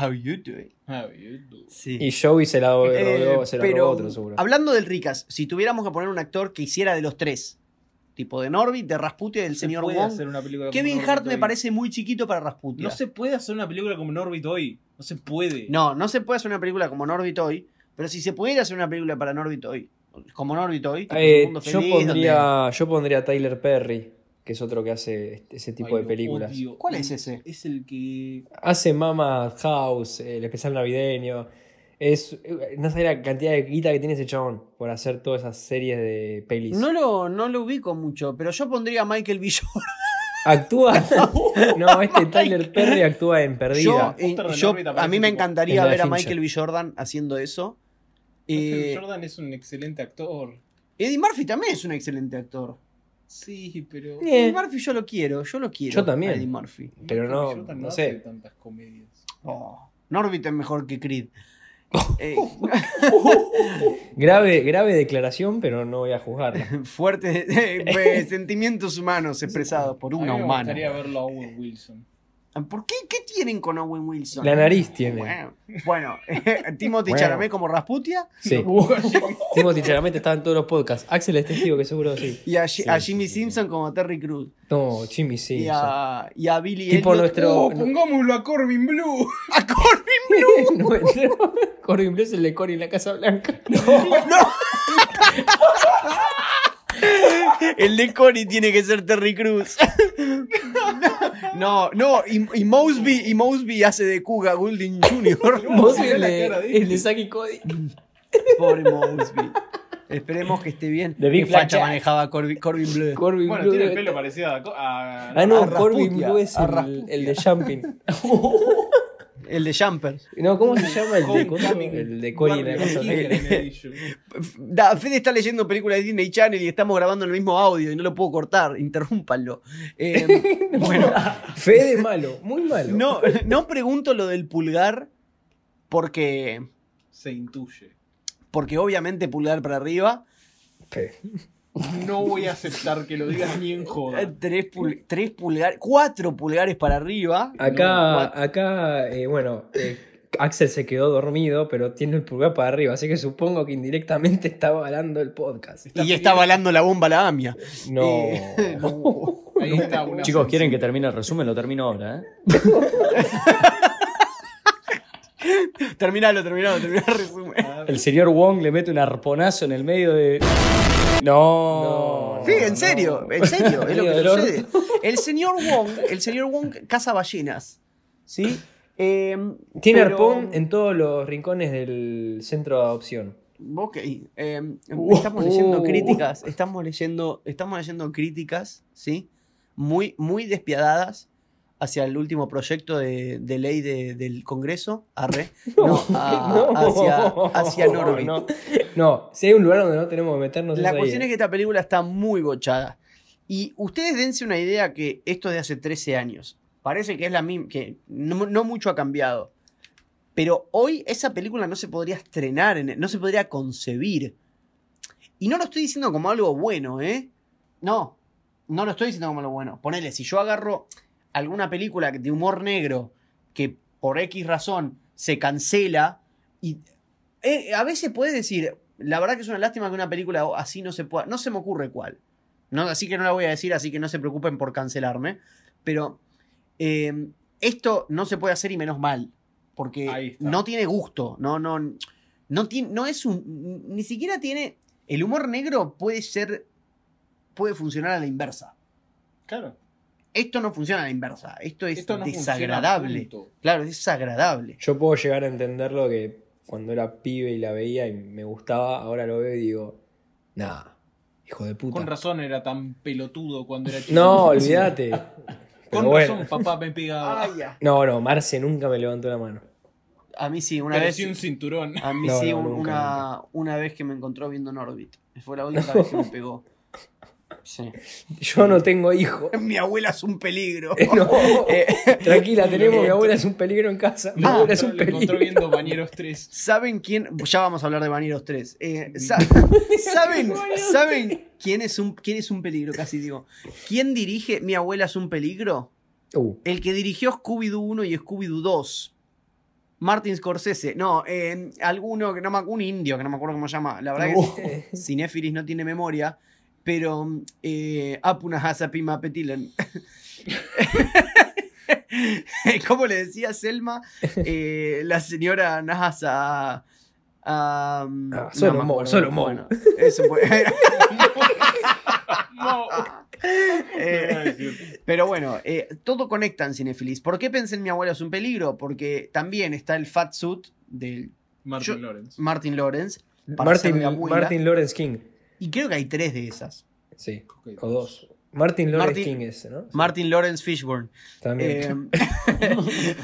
[SPEAKER 1] How you doing?
[SPEAKER 2] Ah, boludo.
[SPEAKER 1] Sí.
[SPEAKER 3] Y Joey se la robó,
[SPEAKER 1] Eh,
[SPEAKER 3] se la
[SPEAKER 1] pero,
[SPEAKER 3] robó otro, seguro.
[SPEAKER 1] Hablando del Ricas, si tuviéramos que poner un actor que hiciera de los tres, tipo de Norbit, de Rasputia y del
[SPEAKER 2] Se
[SPEAKER 1] señor
[SPEAKER 2] puede
[SPEAKER 1] Wong,
[SPEAKER 2] hacer una película
[SPEAKER 1] Kevin
[SPEAKER 2] como
[SPEAKER 1] Hart
[SPEAKER 2] Norbit
[SPEAKER 1] me
[SPEAKER 2] hoy.
[SPEAKER 1] parece muy chiquito para Rasputia.
[SPEAKER 2] No se puede hacer una película como Norbit hoy. No se puede.
[SPEAKER 1] no, no se puede hacer una película como Norbit hoy, pero si se pudiera hacer una película para Norbit hoy, como Norbit hoy, tipo,
[SPEAKER 3] Eh,
[SPEAKER 1] es un mundo
[SPEAKER 3] yo,
[SPEAKER 1] feliz, donde-
[SPEAKER 3] pondría, yo pondría a Tyler Perry, que es otro que hace este- ese tipo
[SPEAKER 2] Ay,
[SPEAKER 3] de
[SPEAKER 2] lo
[SPEAKER 3] películas.
[SPEAKER 2] odio.
[SPEAKER 1] ¿Cuál es ese?
[SPEAKER 2] Es el que.
[SPEAKER 3] Hace Mama House, eh, el especial navideño. Es, eh, no sé la cantidad de guita que tiene ese chabón por hacer todas esas series de pelis.
[SPEAKER 1] No lo, no lo ubico mucho, pero yo pondría a Michael B. Jordan.
[SPEAKER 3] Actúa. no, este Tyler Perry actúa en Perdida.
[SPEAKER 1] Yo,
[SPEAKER 2] El póster de
[SPEAKER 1] yo-
[SPEAKER 2] Norbit
[SPEAKER 1] a mí me
[SPEAKER 2] aparece tipo-
[SPEAKER 1] encantaría
[SPEAKER 3] en la de
[SPEAKER 1] ver a
[SPEAKER 3] Fincher.
[SPEAKER 1] Michael B. Jordan haciendo eso.
[SPEAKER 2] Michael
[SPEAKER 1] Eh,
[SPEAKER 2] Jordan es un excelente actor.
[SPEAKER 1] Eddie Murphy también es un excelente actor.
[SPEAKER 2] Sí, pero.
[SPEAKER 3] Eh,
[SPEAKER 1] Eddie Murphy yo lo quiero, yo lo quiero.
[SPEAKER 3] Yo también.
[SPEAKER 1] a Eddie Murphy.
[SPEAKER 3] pero no,
[SPEAKER 2] Jordan
[SPEAKER 3] no
[SPEAKER 2] hace
[SPEAKER 3] sé.
[SPEAKER 2] tantas comedias.
[SPEAKER 1] Oh, Norbit es mejor que Creed. Eh,
[SPEAKER 3] Grave, grave declaración, pero no voy a juzgarla.
[SPEAKER 1] fuertes eh, pues, sentimientos humanos expresados por una
[SPEAKER 2] a mí me
[SPEAKER 1] humana.
[SPEAKER 2] gustaría verlo a Owen Wilson.
[SPEAKER 1] ¿Por qué? ¿Qué tienen con Owen Wilson?
[SPEAKER 3] La nariz tiene.
[SPEAKER 1] Bueno, bueno eh, Timothy
[SPEAKER 3] Bueno.
[SPEAKER 1] Chalamet como Rasputia
[SPEAKER 3] Sí. Timothy Chalamet estaba en todos los podcasts. Axel es testigo que seguro sí.
[SPEAKER 1] y a, Ji-
[SPEAKER 3] Sí,
[SPEAKER 1] a
[SPEAKER 3] sí,
[SPEAKER 1] Jimmy
[SPEAKER 3] sí, sí.
[SPEAKER 1] Simpson como Terry Crews
[SPEAKER 3] No, Jimmy sí.
[SPEAKER 1] y, a, y a Billy
[SPEAKER 3] Tipo
[SPEAKER 1] Elliot.
[SPEAKER 3] nuestro-
[SPEAKER 2] Oh, pongámoslo a Corbin Blue.
[SPEAKER 1] ¡A Corbin!
[SPEAKER 3] No, no. Corbin Bleu es el de Cory en la Casa Blanca.
[SPEAKER 1] El de Cory tiene que ser Terry Cruz. No, no, y, y Mosby, y Mosby hace de Kuga Golding Jr.
[SPEAKER 3] Vos
[SPEAKER 2] mirá
[SPEAKER 3] el
[SPEAKER 2] la
[SPEAKER 3] de,
[SPEAKER 2] cara de
[SPEAKER 3] el de Saki Cody.
[SPEAKER 1] Pobre Mosby. Esperemos que esté bien.
[SPEAKER 3] The Big
[SPEAKER 1] Qué facha
[SPEAKER 3] Black Jack.
[SPEAKER 1] manejaba Corby- Corbin Bleu.
[SPEAKER 3] Corbin
[SPEAKER 2] Bueno,
[SPEAKER 3] Bleu.
[SPEAKER 2] tiene el pelo parecido a. Co- a-
[SPEAKER 3] Ah, no,
[SPEAKER 1] a
[SPEAKER 3] Corbin
[SPEAKER 1] Rasputia,
[SPEAKER 3] Bleu es
[SPEAKER 1] a
[SPEAKER 3] el,
[SPEAKER 1] Rasputia.
[SPEAKER 3] el de Jumping.
[SPEAKER 1] El de Jumper.
[SPEAKER 3] No, ¿cómo se llama el de coso?
[SPEAKER 2] Homecoming.
[SPEAKER 3] El de Cory en la Casa
[SPEAKER 2] Barbie
[SPEAKER 3] Blanca.
[SPEAKER 2] Keegan Edition.
[SPEAKER 1] F- da- Fede está leyendo películas de Disney Channel y estamos grabando el mismo audio y no lo puedo cortar. Interrúmpanlo. Eh, bueno,
[SPEAKER 3] Fede malo, muy malo.
[SPEAKER 1] no, no pregunto lo del pulgar porque,
[SPEAKER 2] Se intuye.
[SPEAKER 1] porque obviamente pulgar para arriba.
[SPEAKER 3] Fe-
[SPEAKER 2] No voy a aceptar que lo digas ni en
[SPEAKER 1] Eh,
[SPEAKER 2] joda.
[SPEAKER 1] Tres, pul- tres pulgares, cuatro pulgares para arriba.
[SPEAKER 3] Acá, acá eh, bueno, eh, Axel se quedó dormido, pero tiene el pulgar para arriba, así que supongo que indirectamente está avalando el podcast.
[SPEAKER 1] Y está balando la bomba la AMIA.
[SPEAKER 3] No.
[SPEAKER 1] Eh,
[SPEAKER 2] Ahí está una
[SPEAKER 5] Chicos, ¿quieren que termine el resumen? Lo termino ahora, ¿eh?
[SPEAKER 1] Terminalo, terminalo, terminalo el resumen.
[SPEAKER 5] El señor Wong le mete un arponazo en el medio de. No.
[SPEAKER 3] No.
[SPEAKER 1] Sí, en serio, en serio, es lo que
[SPEAKER 3] Medio del
[SPEAKER 1] sucede. El señor Wong, el señor Wong caza ballenas. ¿Sí? Eh,
[SPEAKER 3] Tiene
[SPEAKER 1] pero-
[SPEAKER 3] arpón en todos los rincones del centro de adopción.
[SPEAKER 1] Ok. eh,
[SPEAKER 3] Uh,
[SPEAKER 1] estamos leyendo
[SPEAKER 3] uh.
[SPEAKER 1] críticas. Estamos leyendo. Estamos leyendo críticas, ¿sí? Muy, muy despiadadas hacia el último proyecto de, de ley de- del Congreso, arre,
[SPEAKER 3] No,
[SPEAKER 1] no, a- Ah, hacia, hacia Norbit.
[SPEAKER 3] No, no, si hay un lugar donde no tenemos que meternos
[SPEAKER 1] La
[SPEAKER 3] es ahí,
[SPEAKER 1] cuestión
[SPEAKER 3] eh.
[SPEAKER 1] es que esta película está muy bochada. Y ustedes dense una idea que esto es de hace 13 años. Parece que es la misma, que no, no mucho ha cambiado. Pero hoy esa película no se podría estrenar, en- no se podría concebir. Y no lo estoy diciendo como algo bueno, ¿eh? No, no lo estoy diciendo como algo bueno. Ponele, si yo agarro alguna película de humor negro que por X razón se cancela y eh, a veces puedes decir, la verdad que es una lástima que una película así no se pueda, no se me ocurre cuál. No, así que no la voy a decir, así que no se preocupen por cancelarme. Pero eh, esto no se puede hacer y menos mal,
[SPEAKER 2] Ahí
[SPEAKER 1] porque
[SPEAKER 2] está.
[SPEAKER 1] no tiene gusto, no, no, no, tiene, no es un, ni siquiera tiene, el humor negro puede ser, puede funcionar a la inversa.
[SPEAKER 2] Claro.
[SPEAKER 1] Esto no funciona a la inversa, esto es
[SPEAKER 2] Esto no funciona,
[SPEAKER 1] desagradable.
[SPEAKER 2] punto.
[SPEAKER 1] claro, es desagradable.
[SPEAKER 3] Yo puedo llegar a entenderlo que cuando era pibe y la veía y me gustaba, ahora lo veo y digo, nah, hijo de puta.
[SPEAKER 2] Con razón era tan pelotudo cuando era chico.
[SPEAKER 3] No, olvídate.
[SPEAKER 2] Con
[SPEAKER 3] Pero bueno.
[SPEAKER 2] razón, papá me pegaba.
[SPEAKER 1] Ay, Ah, ya.
[SPEAKER 3] No, no, Marce nunca me levantó la mano.
[SPEAKER 1] A mí sí, una
[SPEAKER 2] Parecía
[SPEAKER 1] vez.
[SPEAKER 2] un cinturón.
[SPEAKER 1] A mí
[SPEAKER 3] No,
[SPEAKER 1] sí,
[SPEAKER 3] no,
[SPEAKER 1] un-
[SPEAKER 3] nunca,
[SPEAKER 1] una, una vez que me encontró viendo Norbit. Fue la única vez que me pegó. Sí.
[SPEAKER 3] Yo no tengo hijo. Eh,
[SPEAKER 1] Mi abuela es un peligro.
[SPEAKER 3] No, tranquila, tenemos, mi abuela es un peligro en casa. Mi
[SPEAKER 2] Lo
[SPEAKER 3] abuela es
[SPEAKER 2] encontró-
[SPEAKER 3] un
[SPEAKER 2] lo encontró
[SPEAKER 3] peligro.
[SPEAKER 2] viendo Bañeros 3.
[SPEAKER 1] ¿Saben quién? Ya vamos a hablar de Baneros 3. Eh, sa- ¿Saben, ¿saben quién, es un, quién es un peligro? Casi digo. ¿Quién dirige Mi abuela es un peligro?
[SPEAKER 3] Uh,
[SPEAKER 1] El que dirigió Scooby-Doo 1 y Scooby-Doo 2. Martin Scorsese. No, eh, alguno, que no me, un indio, que no me acuerdo cómo se llama. La
[SPEAKER 2] Uh.
[SPEAKER 1] verdad que sí.
[SPEAKER 3] eh,
[SPEAKER 1] Cinefilis no tiene memoria, pero eh, Apuna Hasapima Petilen. Como le decía Selma, eh, la señora Nahasa. um, a
[SPEAKER 3] Ah, solo Mo, solo Mo.
[SPEAKER 1] eso fue.
[SPEAKER 2] No.
[SPEAKER 1] Eh, Pero bueno, eh, todo conecta en Cinefilis. ¿Por qué pensé en mi abuela es un peligro? Porque también está el fat suit del
[SPEAKER 2] Martin
[SPEAKER 1] Yo-
[SPEAKER 2] Lawrence.
[SPEAKER 1] Martin Lawrence. para ser mi
[SPEAKER 3] Martin,
[SPEAKER 1] abuela.
[SPEAKER 3] Martin Lawrence King.
[SPEAKER 1] Y creo que hay tres de esas.
[SPEAKER 3] Sí,
[SPEAKER 2] Ok.
[SPEAKER 3] o dos. Martin Lawrence
[SPEAKER 1] Martin-
[SPEAKER 3] King ese, ¿no? Sí,
[SPEAKER 1] Martin Lawrence Fishburne.
[SPEAKER 3] También.
[SPEAKER 1] Eh,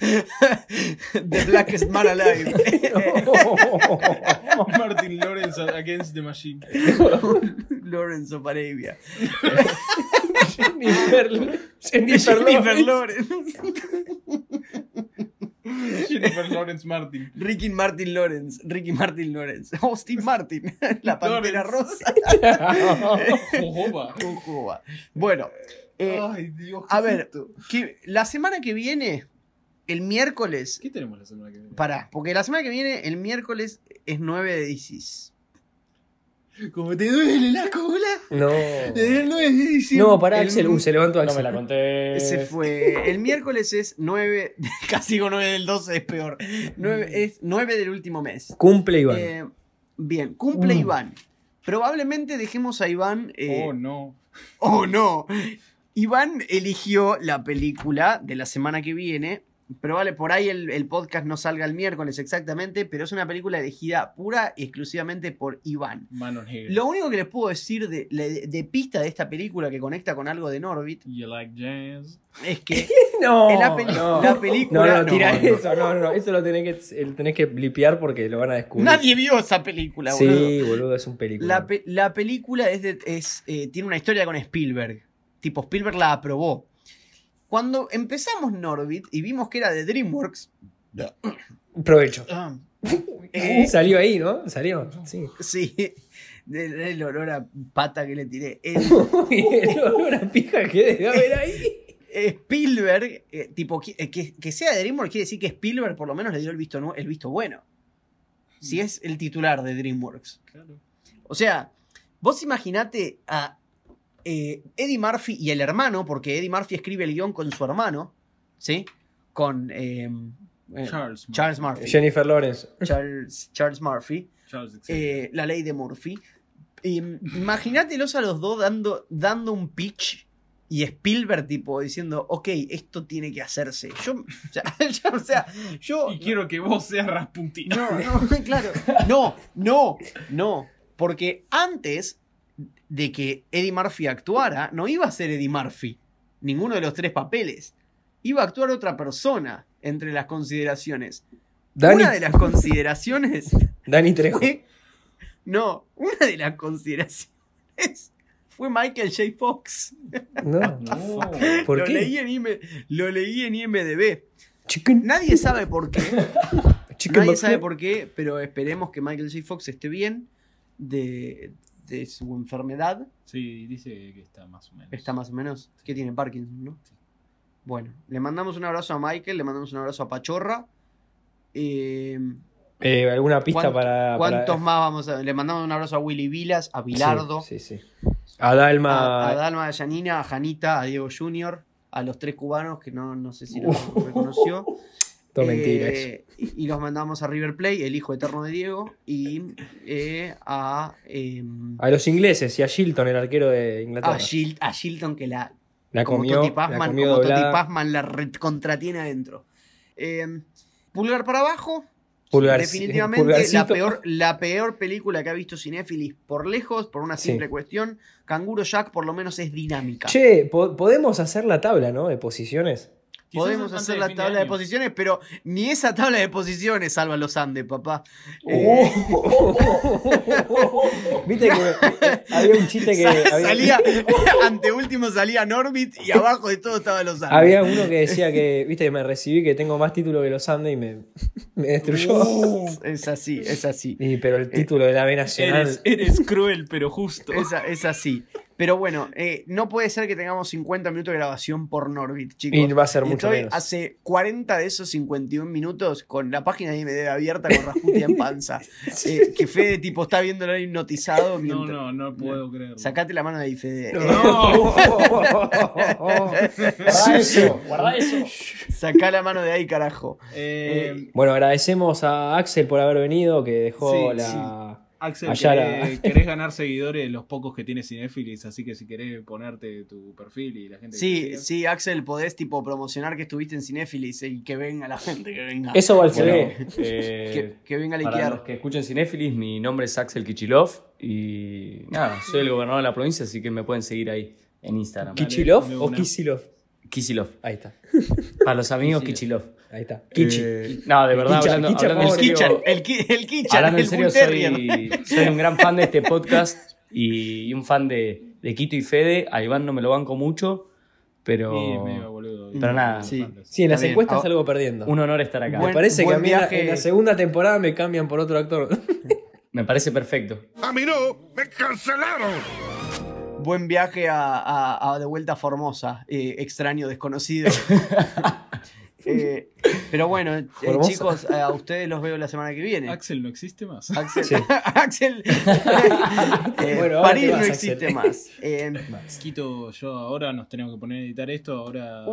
[SPEAKER 1] the Blackest Man Alive.
[SPEAKER 2] Eh. Martin Lawrence against the machine.
[SPEAKER 1] Lawrence of Arabia.
[SPEAKER 3] Jennifer, Jennifer
[SPEAKER 1] Jennifer
[SPEAKER 3] Lawrence.
[SPEAKER 1] Lawrence.
[SPEAKER 2] Jennifer Lawrence Martin.
[SPEAKER 1] Ricky Martin Lawrence. Ricky Martin Lawrence. Austin Martin. La pantera
[SPEAKER 2] Lawrence.
[SPEAKER 1] rosa.
[SPEAKER 3] Ah.
[SPEAKER 2] Jojoba.
[SPEAKER 1] Cuba. Bueno. eh,
[SPEAKER 2] Ay, Dios.
[SPEAKER 1] a ver, que- la semana que viene, el miércoles.
[SPEAKER 2] ¿Qué tenemos la semana que viene?
[SPEAKER 1] Pará, porque la semana que viene, el miércoles es 9 de Isis.
[SPEAKER 2] Como te duele la cola.
[SPEAKER 3] No.
[SPEAKER 2] Desde el 9 de diciembre.
[SPEAKER 3] No, pará,
[SPEAKER 2] Oh. El-
[SPEAKER 3] Axel. Uh, se levantó
[SPEAKER 5] No me
[SPEAKER 3] Axel.
[SPEAKER 5] la conté.
[SPEAKER 1] Ese fue. El miércoles es 9. Casi digo 9 del 12, es peor. 9, es 9 del último mes.
[SPEAKER 3] Cumple Iván.
[SPEAKER 1] Eh, bien, cumple
[SPEAKER 3] Mm.
[SPEAKER 1] Iván. Probablemente dejemos a Iván. eh,
[SPEAKER 2] Oh, no.
[SPEAKER 1] oh. no. Iván eligió la película de la semana que viene. Probable, por ahí el, el podcast no salga el miércoles exactamente, pero es una película elegida pura y exclusivamente por Iván.
[SPEAKER 2] Manos negras.
[SPEAKER 1] Lo único que les puedo decir de, de- de pista de esta película que conecta con algo de Norbit
[SPEAKER 2] You like jazz.
[SPEAKER 1] es que
[SPEAKER 3] no,
[SPEAKER 1] en la, peli-
[SPEAKER 3] no.
[SPEAKER 1] la
[SPEAKER 3] No,
[SPEAKER 1] película.
[SPEAKER 3] no, tira
[SPEAKER 1] no, no.
[SPEAKER 3] eso, no, no, eso lo tenés que, lo tenés que blipear porque lo van a descubrir.
[SPEAKER 1] Nadie vio esa película, boludo.
[SPEAKER 3] sí, boludo, es un película.
[SPEAKER 1] La, pe- la película es de- es, eh, tiene una historia con Spielberg. Tipo, Spielberg la aprobó. Cuando empezamos Norbit y vimos que era de DreamWorks,
[SPEAKER 3] Provecho.
[SPEAKER 2] Um,
[SPEAKER 1] eh,
[SPEAKER 3] Salió ahí, ¿no? Salió, sí.
[SPEAKER 1] sí, del del olor a pata que le tiré. El-
[SPEAKER 3] Uy, el olor a pija que debe haber ahí.
[SPEAKER 1] Spielberg, eh, tipo, qui- eh, que, que sea de DreamWorks quiere decir que Spielberg por lo menos le dio el visto, nu- el visto bueno. Si
[SPEAKER 3] Mm.
[SPEAKER 1] es el titular de DreamWorks.
[SPEAKER 2] Claro.
[SPEAKER 1] O sea, vos imaginate a eh, Eddie Murphy y el hermano, porque Eddie Murphy escribe el guión con su hermano, ¿sí? Con eh, eh,
[SPEAKER 2] Charles. Mar-
[SPEAKER 1] Charles Murphy.
[SPEAKER 3] Jennifer Lawrence.
[SPEAKER 1] Charles, Charles Murphy.
[SPEAKER 2] Charles Xavier.
[SPEAKER 1] eh, la ley de Murphy. Im- Imagínatelos a los dos dando, dando un pitch y Spielberg tipo diciendo, ok, esto tiene que hacerse. Yo, o sea, yo, o sea, yo-
[SPEAKER 2] Y quiero que vos seas Rasputin.
[SPEAKER 1] no, no, claro. No, no, no. Porque antes de que Eddie Murphy actuara, no iba a ser Eddie Murphy. Ninguno de los tres papeles. iba a actuar otra persona entre las consideraciones.
[SPEAKER 3] Dani,
[SPEAKER 1] Una de las consideraciones
[SPEAKER 3] Dani Trejo.
[SPEAKER 1] fue- No, una de las consideraciones fue Michael J. Fox.
[SPEAKER 3] No.
[SPEAKER 2] No.
[SPEAKER 3] ¿Por
[SPEAKER 1] lo,
[SPEAKER 3] qué?
[SPEAKER 1] Leí en IM lo leí en IMDB.
[SPEAKER 3] Chicken,
[SPEAKER 1] Nadie sabe por qué.
[SPEAKER 3] chicken
[SPEAKER 1] Nadie
[SPEAKER 3] McFly.
[SPEAKER 1] sabe por qué, pero esperemos que Michael J. Fox esté bien de, de su enfermedad.
[SPEAKER 2] Sí, dice que está más o menos.
[SPEAKER 1] Está más o menos. Que tiene Parkinson, ¿no? Bueno, le mandamos un abrazo a Michael, le mandamos un abrazo a Pachorra. Eh,
[SPEAKER 3] Eh, ¿Alguna pista
[SPEAKER 1] ¿Cuánto-
[SPEAKER 3] para, para-
[SPEAKER 1] ¿Cuántos más vamos a.? Le mandamos un abrazo a Willy Vilas, a
[SPEAKER 3] Sí,
[SPEAKER 1] Bilardo,
[SPEAKER 3] Sí, Ah. sí. A Dalma.
[SPEAKER 1] a, a Dalma, a Yanina, a Janita, a Diego Junior, a los tres cubanos que no, no sé si los
[SPEAKER 3] Uh.
[SPEAKER 1] reconoció.
[SPEAKER 3] Todo mentira eso.
[SPEAKER 1] Eh, y, y los mandamos a River Play, el hijo eterno de Diego, y eh, a, eh,
[SPEAKER 3] A los ingleses y a Shilton, el arquero de Inglaterra.
[SPEAKER 1] a, Shil- a Ah, Shilton, que la,
[SPEAKER 3] la
[SPEAKER 1] como
[SPEAKER 3] comió,
[SPEAKER 1] Toti
[SPEAKER 3] la
[SPEAKER 1] Pazman,
[SPEAKER 3] comió
[SPEAKER 1] como Toti
[SPEAKER 3] doblada.
[SPEAKER 1] Pazman la contratiene adentro. Eh, pulgar para abajo,
[SPEAKER 3] Pulgar-
[SPEAKER 1] definitivamente la
[SPEAKER 3] pulgarcito.
[SPEAKER 1] peor, la peor película que ha visto Cinéfilis por lejos, por una
[SPEAKER 3] Sí.
[SPEAKER 1] simple cuestión. Canguro Jack por lo menos es dinámica.
[SPEAKER 3] Che, po- podemos hacer la tabla, ¿no? De posiciones.
[SPEAKER 2] Quizás
[SPEAKER 1] Podemos
[SPEAKER 2] antes
[SPEAKER 1] hacer
[SPEAKER 2] de
[SPEAKER 1] la
[SPEAKER 2] fin de
[SPEAKER 1] tabla de
[SPEAKER 2] año.
[SPEAKER 1] posiciones, pero ni esa tabla de posiciones salva a los Andes, papá.
[SPEAKER 3] Uh.
[SPEAKER 1] Eh,
[SPEAKER 3] Oh. Viste que eh, había un chiste que.
[SPEAKER 1] Sa-
[SPEAKER 3] había-
[SPEAKER 1] salía, ante último salía Norbit y abajo de todo estaba los Andes.
[SPEAKER 3] Había uno que decía que, viste, me recibí que tengo más título que los Andes y me, me destruyó.
[SPEAKER 1] Es así, es así.
[SPEAKER 3] Y, pero el título de la B Nacional.
[SPEAKER 2] Eres, eres cruel, pero justo.
[SPEAKER 1] Es, a- es así. Pero bueno, eh, no puede ser que tengamos 50 minutos de grabación por Norbit, chicos.
[SPEAKER 3] y va a ser
[SPEAKER 1] Y
[SPEAKER 3] mucho
[SPEAKER 1] estoy
[SPEAKER 3] menos.
[SPEAKER 1] hace 40 de esos 51 minutos con la página de IMDb abierta con Rasputia en panza. Eh, que Fede, tipo, está viéndolo hipnotizado.
[SPEAKER 2] No,
[SPEAKER 1] Mientras...
[SPEAKER 2] no, no puedo creerlo.
[SPEAKER 1] Sacate la mano de ahí, Fede.
[SPEAKER 2] No,
[SPEAKER 5] Guarda eso, guarda eso.
[SPEAKER 1] Eh, sacá la mano de ahí, carajo.
[SPEAKER 2] eh,
[SPEAKER 3] Bueno, agradecemos a Axel por haber venido, que dejó
[SPEAKER 2] Sí,
[SPEAKER 3] la.
[SPEAKER 2] Axel,
[SPEAKER 3] Allá
[SPEAKER 2] querés, querés ganar seguidores de los pocos que tiene Cinefilis, así que si querés ponerte tu perfil y la gente. que te
[SPEAKER 1] Sí,
[SPEAKER 2] siga.
[SPEAKER 1] sí, Axel, podés, tipo, promocionar que estuviste en Cinéfilis y que venga la gente, que venga.
[SPEAKER 3] Eso va al
[SPEAKER 5] Bueno,
[SPEAKER 3] CD.
[SPEAKER 5] eh,
[SPEAKER 1] Que, que venga a
[SPEAKER 5] para
[SPEAKER 1] liquear.
[SPEAKER 5] los que escuchen Cinéfilis, mi nombre es Axel Kichilov y nada, soy el gobernador de la provincia, así que me pueden seguir ahí en Instagram.
[SPEAKER 2] Dale,
[SPEAKER 3] ¿Kichilov
[SPEAKER 2] de
[SPEAKER 3] o
[SPEAKER 2] una.
[SPEAKER 3] Kisilov?
[SPEAKER 5] Kichilov,
[SPEAKER 3] Ahí está,
[SPEAKER 5] para los amigos Kichilov.
[SPEAKER 3] ahí está. Kichi.
[SPEAKER 5] Eh, no, de verdad,
[SPEAKER 3] Kicha,
[SPEAKER 5] hablando,
[SPEAKER 3] Kicha,
[SPEAKER 5] hablando en
[SPEAKER 3] por
[SPEAKER 5] serio,
[SPEAKER 1] Kitchen, el, ki- el Kitchen,
[SPEAKER 5] hablando en
[SPEAKER 1] el
[SPEAKER 5] serio,
[SPEAKER 1] Bull Terrier.
[SPEAKER 5] soy, soy un gran fan de este podcast y, y un fan de, de Quito y Fede. A Iván no me lo banco mucho, pero
[SPEAKER 2] Sí, medio boludo.
[SPEAKER 5] Pero nada.
[SPEAKER 1] Sí.
[SPEAKER 3] Sí, en las
[SPEAKER 1] Está bien.
[SPEAKER 3] encuestas
[SPEAKER 2] Ah,
[SPEAKER 1] Ahora-
[SPEAKER 3] salgo perdiendo.
[SPEAKER 5] un honor estar acá.
[SPEAKER 3] Me
[SPEAKER 1] Buen-
[SPEAKER 3] parece que
[SPEAKER 1] buen
[SPEAKER 3] a mí en la-
[SPEAKER 1] viaje.
[SPEAKER 3] en la segunda temporada me cambian por otro actor.
[SPEAKER 5] Me parece perfecto.
[SPEAKER 9] A mí no, me cancelaron.
[SPEAKER 1] Buen viaje a, a- a de vuelta a Formosa, eh, extraño, desconocido. Eh, pero bueno, eh,
[SPEAKER 3] Formosa.
[SPEAKER 1] chicos, eh, a ustedes los veo la semana que viene.
[SPEAKER 2] Axel no existe más.
[SPEAKER 1] Axel,
[SPEAKER 3] Sí.
[SPEAKER 1] Axel- Eh,
[SPEAKER 3] Bueno, ahora te
[SPEAKER 1] París
[SPEAKER 3] vas,
[SPEAKER 1] no existe
[SPEAKER 3] Axel.
[SPEAKER 1] más. Eh,
[SPEAKER 2] Quito, yo ahora nos tenemos que poner a editar esto. Ahora.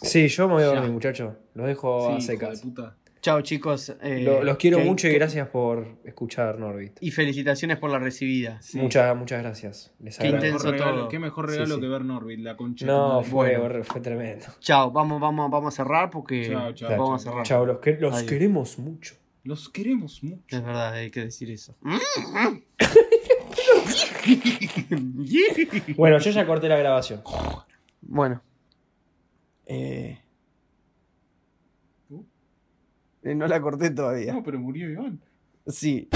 [SPEAKER 3] Sí, yo me voy a
[SPEAKER 2] Ya.
[SPEAKER 3] dormir, muchachos. Los dejo a
[SPEAKER 2] Sí, hijo de
[SPEAKER 3] secas.
[SPEAKER 2] puta.
[SPEAKER 1] chao, chicos. eh,
[SPEAKER 3] Lo- los quiero
[SPEAKER 1] que-
[SPEAKER 3] mucho y
[SPEAKER 1] que-
[SPEAKER 3] gracias por escuchar, Norbit.
[SPEAKER 1] Y felicitaciones por la recibida.
[SPEAKER 2] Sí.
[SPEAKER 3] Muchas, muchas gracias. Les
[SPEAKER 1] Qué
[SPEAKER 2] Qué
[SPEAKER 3] agradezco.
[SPEAKER 1] intenso
[SPEAKER 2] mejor regalo,
[SPEAKER 1] todo.
[SPEAKER 2] qué mejor
[SPEAKER 3] Sí,
[SPEAKER 2] regalo
[SPEAKER 3] sí.
[SPEAKER 2] que ver Norbit, la concha. de tu
[SPEAKER 3] No,
[SPEAKER 2] madre.
[SPEAKER 3] fue,
[SPEAKER 2] Bueno.
[SPEAKER 3] fue tremendo.
[SPEAKER 1] Chao, vamos, vamos, vamos a cerrar porque
[SPEAKER 2] Chao, chao.
[SPEAKER 1] vamos a cerrar.
[SPEAKER 3] Chao, los, que- los
[SPEAKER 1] Adiós.
[SPEAKER 3] queremos mucho.
[SPEAKER 2] Los queremos mucho.
[SPEAKER 1] Es verdad, hay que decir eso.
[SPEAKER 3] Bueno, yo ya corté la grabación.
[SPEAKER 1] Bueno. Eh.
[SPEAKER 2] ¿Tú?
[SPEAKER 1] Eh, No la corté todavía.
[SPEAKER 2] No, pero murió Iván.
[SPEAKER 1] Sí,